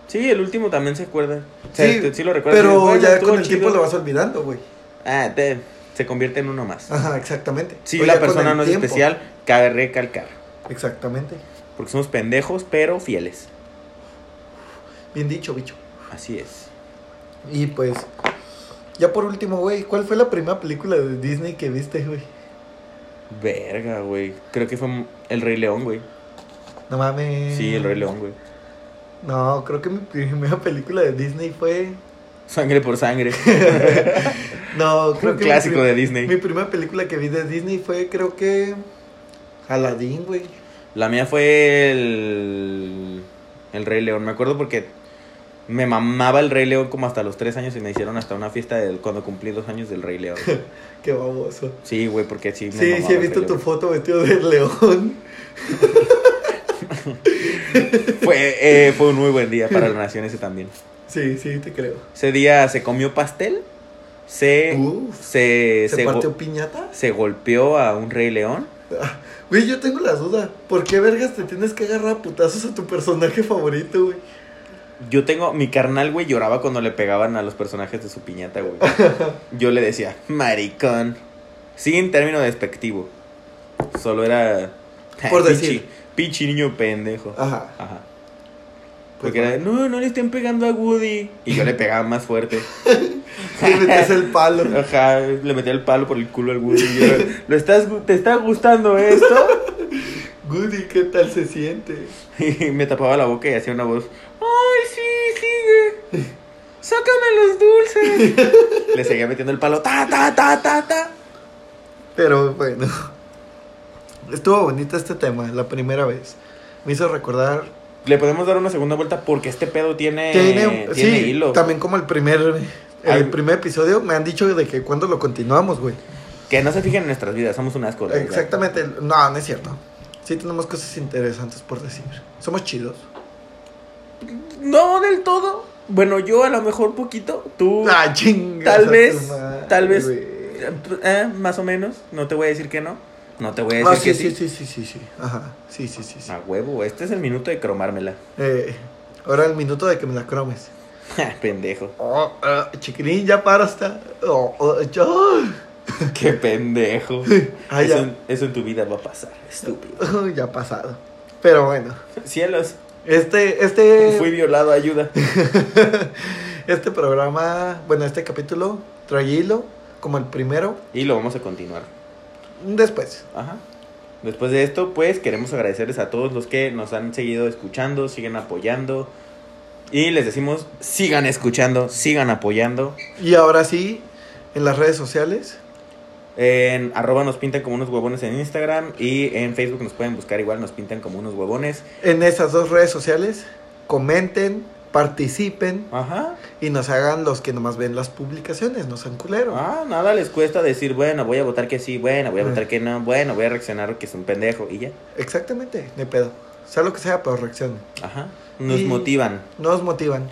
Sí, el último también se acuerda. O sea, te- sí lo recuerdas. Pero Dices, "Bueno, ya estuvo con el tiempo chido". lo vas olvidando, güey. Ah, te- se convierte en uno más. Ajá, exactamente. Si O la Ah, ya con persona el no es tiempo. especial, cabe recalcar. Exactamente. Porque somos pendejos, pero fieles. Bien dicho, bicho. Así es. Y pues, ya por último, güey, ¿cuál fue la primera película de Disney que viste, güey? Verga, güey. Creo que fue El Rey León, güey. No mames. Sí, El Rey León, güey. No, creo que mi primera película de Disney fue. Sangre por sangre. No, creo Un que. mi clásico prim- de Disney. Mi primera película que vi de Disney fue, creo que. Aladdin, güey. La mía fue el. El Rey León. Me acuerdo porque me mamaba el Rey León como hasta los tres años y me hicieron hasta una fiesta de- cuando cumplí dos años del Rey León. Qué baboso. Sí, güey, porque sí. me Sí, mamaba sí, he el visto Rey tu León. foto vestido de león. Fue, eh, fue un muy buen día para la nación ese también. Sí, sí, te creo. Ese día se comió pastel. Se. Uf, se. Uh. ¿Se se go- partió piñata? se golpeó a un Rey León. Güey, yo tengo la duda. ¿Por qué vergas te tienes que agarrar a putazos a tu personaje favorito, güey? Yo tengo, mi carnal, güey, lloraba cuando le pegaban a los personajes de su piñata, güey. Yo le decía, maricón. Sin término despectivo. Solo era. Por "Pinche- decir. Pinche niño pendejo. Ajá. Ajá. Pues Porque era, va. no, no le estén pegando a Woody. Y yo le pegaba más fuerte. Le metes el palo. Ajá, le metía el palo por el culo al Woody. Y yo, ¿Lo estás, gu- ¿Te está gustando esto? Goody, ¿qué tal se siente? Y me tapaba la boca y hacía una voz. ¡Ay, sí, sigue! ¡Sácame los dulces! Le seguía metiendo el palo. ¡Ta, ta, ta, ta, ta! Pero bueno. Estuvo bonito este tema, la primera vez. Me hizo recordar. Le podemos dar una segunda vuelta porque este pedo tiene, Tiene, tiene sí, hilo. también como el primer, el Ay. primer episodio, me han dicho de que cuando lo continuamos, güey. Que no se fijen en nuestras vidas, somos un asco. la verdad. Exactamente. No, no es cierto. Sí tenemos cosas interesantes por decir. Somos chidos. No del todo. Bueno, yo a lo mejor poquito. Tú, Ah, chingas tal a vez, tu madre, tal vez. güey. eh, más o menos. No te voy a decir que no. No te voy a decir Ah, que sí, sí, Ah. sí, sí, sí, sí. Ajá. Sí, sí, sí, sí. A huevo, este es el minuto de cromármela. Eh, ahora el minuto de que me la cromes. Ja, Pendejo. Oh, ah, chiquilín, ya para hasta. Oh, oh, yo- Qué pendejo. Ay, eso, ya. en- eso en tu vida va a pasar, estúpido. Uy, ya pasado. Pero bueno. Cielos, Este, este. fui violado, ayuda. este programa. Bueno, este capítulo. Trae hilo. Como el primero. Y lo vamos a continuar. Después. Ajá. Después de esto, pues queremos agradecerles a todos los que nos han seguido escuchando, siguen apoyando. Y les decimos, sigan escuchando, sigan apoyando. Y ahora sí. En las redes sociales. En arroba nos pintan como unos huevones en Instagram y en Facebook nos pueden buscar igual, nos pintan como unos huevones. En esas dos redes sociales. Comenten. Participen. Ajá. Y nos hagan los que nomás ven las publicaciones. No sean culeros. Ah, nada les cuesta decir, bueno, voy a votar que sí, bueno, voy a Ah. votar que no, bueno, voy a reaccionar que es un pendejo y ya. Exactamente. De pedo. Sea lo que sea, pero reaccionen. Ajá. Nos Y- motivan. Nos motivan.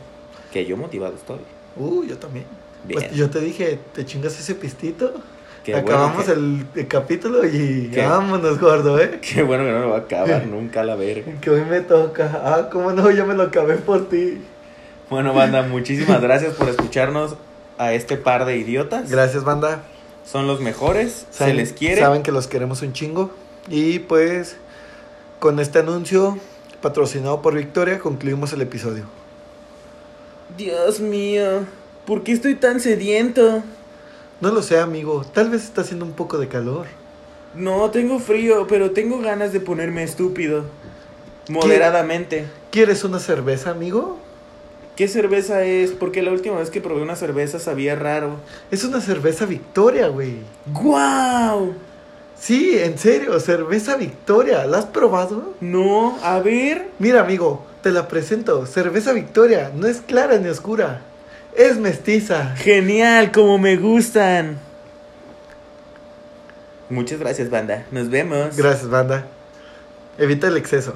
Que yo motivado estoy. Uh, yo también. Bien. Pues yo te dije, te chingas ese pistito. qué, Acabamos bueno que, el, el capítulo y ¿Qué? vámonos, gordo, ¿eh? qué bueno que no me va a acabar nunca la verga. Que hoy me toca. Ah, cómo no, yo me lo acabé por ti. Bueno, banda, muchísimas gracias por escucharnos a este par de idiotas. Gracias, banda. Son los mejores, se Saben- les quiere. Saben que los queremos un chingo. Y pues, con este anuncio patrocinado por Victoria, concluimos el episodio. Dios mío, ¿por qué estoy tan sediento? No lo sé, amigo. Tal vez está haciendo un poco de calor. No, tengo frío, pero tengo ganas de ponerme estúpido. Moderadamente. ¿Quieres una cerveza, amigo? ¿Qué cerveza es? Porque la última vez que probé una cerveza sabía raro. Es una cerveza Victoria, güey. ¡Guau! Sí, en serio, cerveza Victoria. ¿La has probado? No, a ver. Mira, amigo, te la presento. Cerveza Victoria. No es clara ni oscura. Es mestiza. Genial, como me gustan. Muchas gracias, banda. Nos vemos. Gracias, banda. Evita el exceso.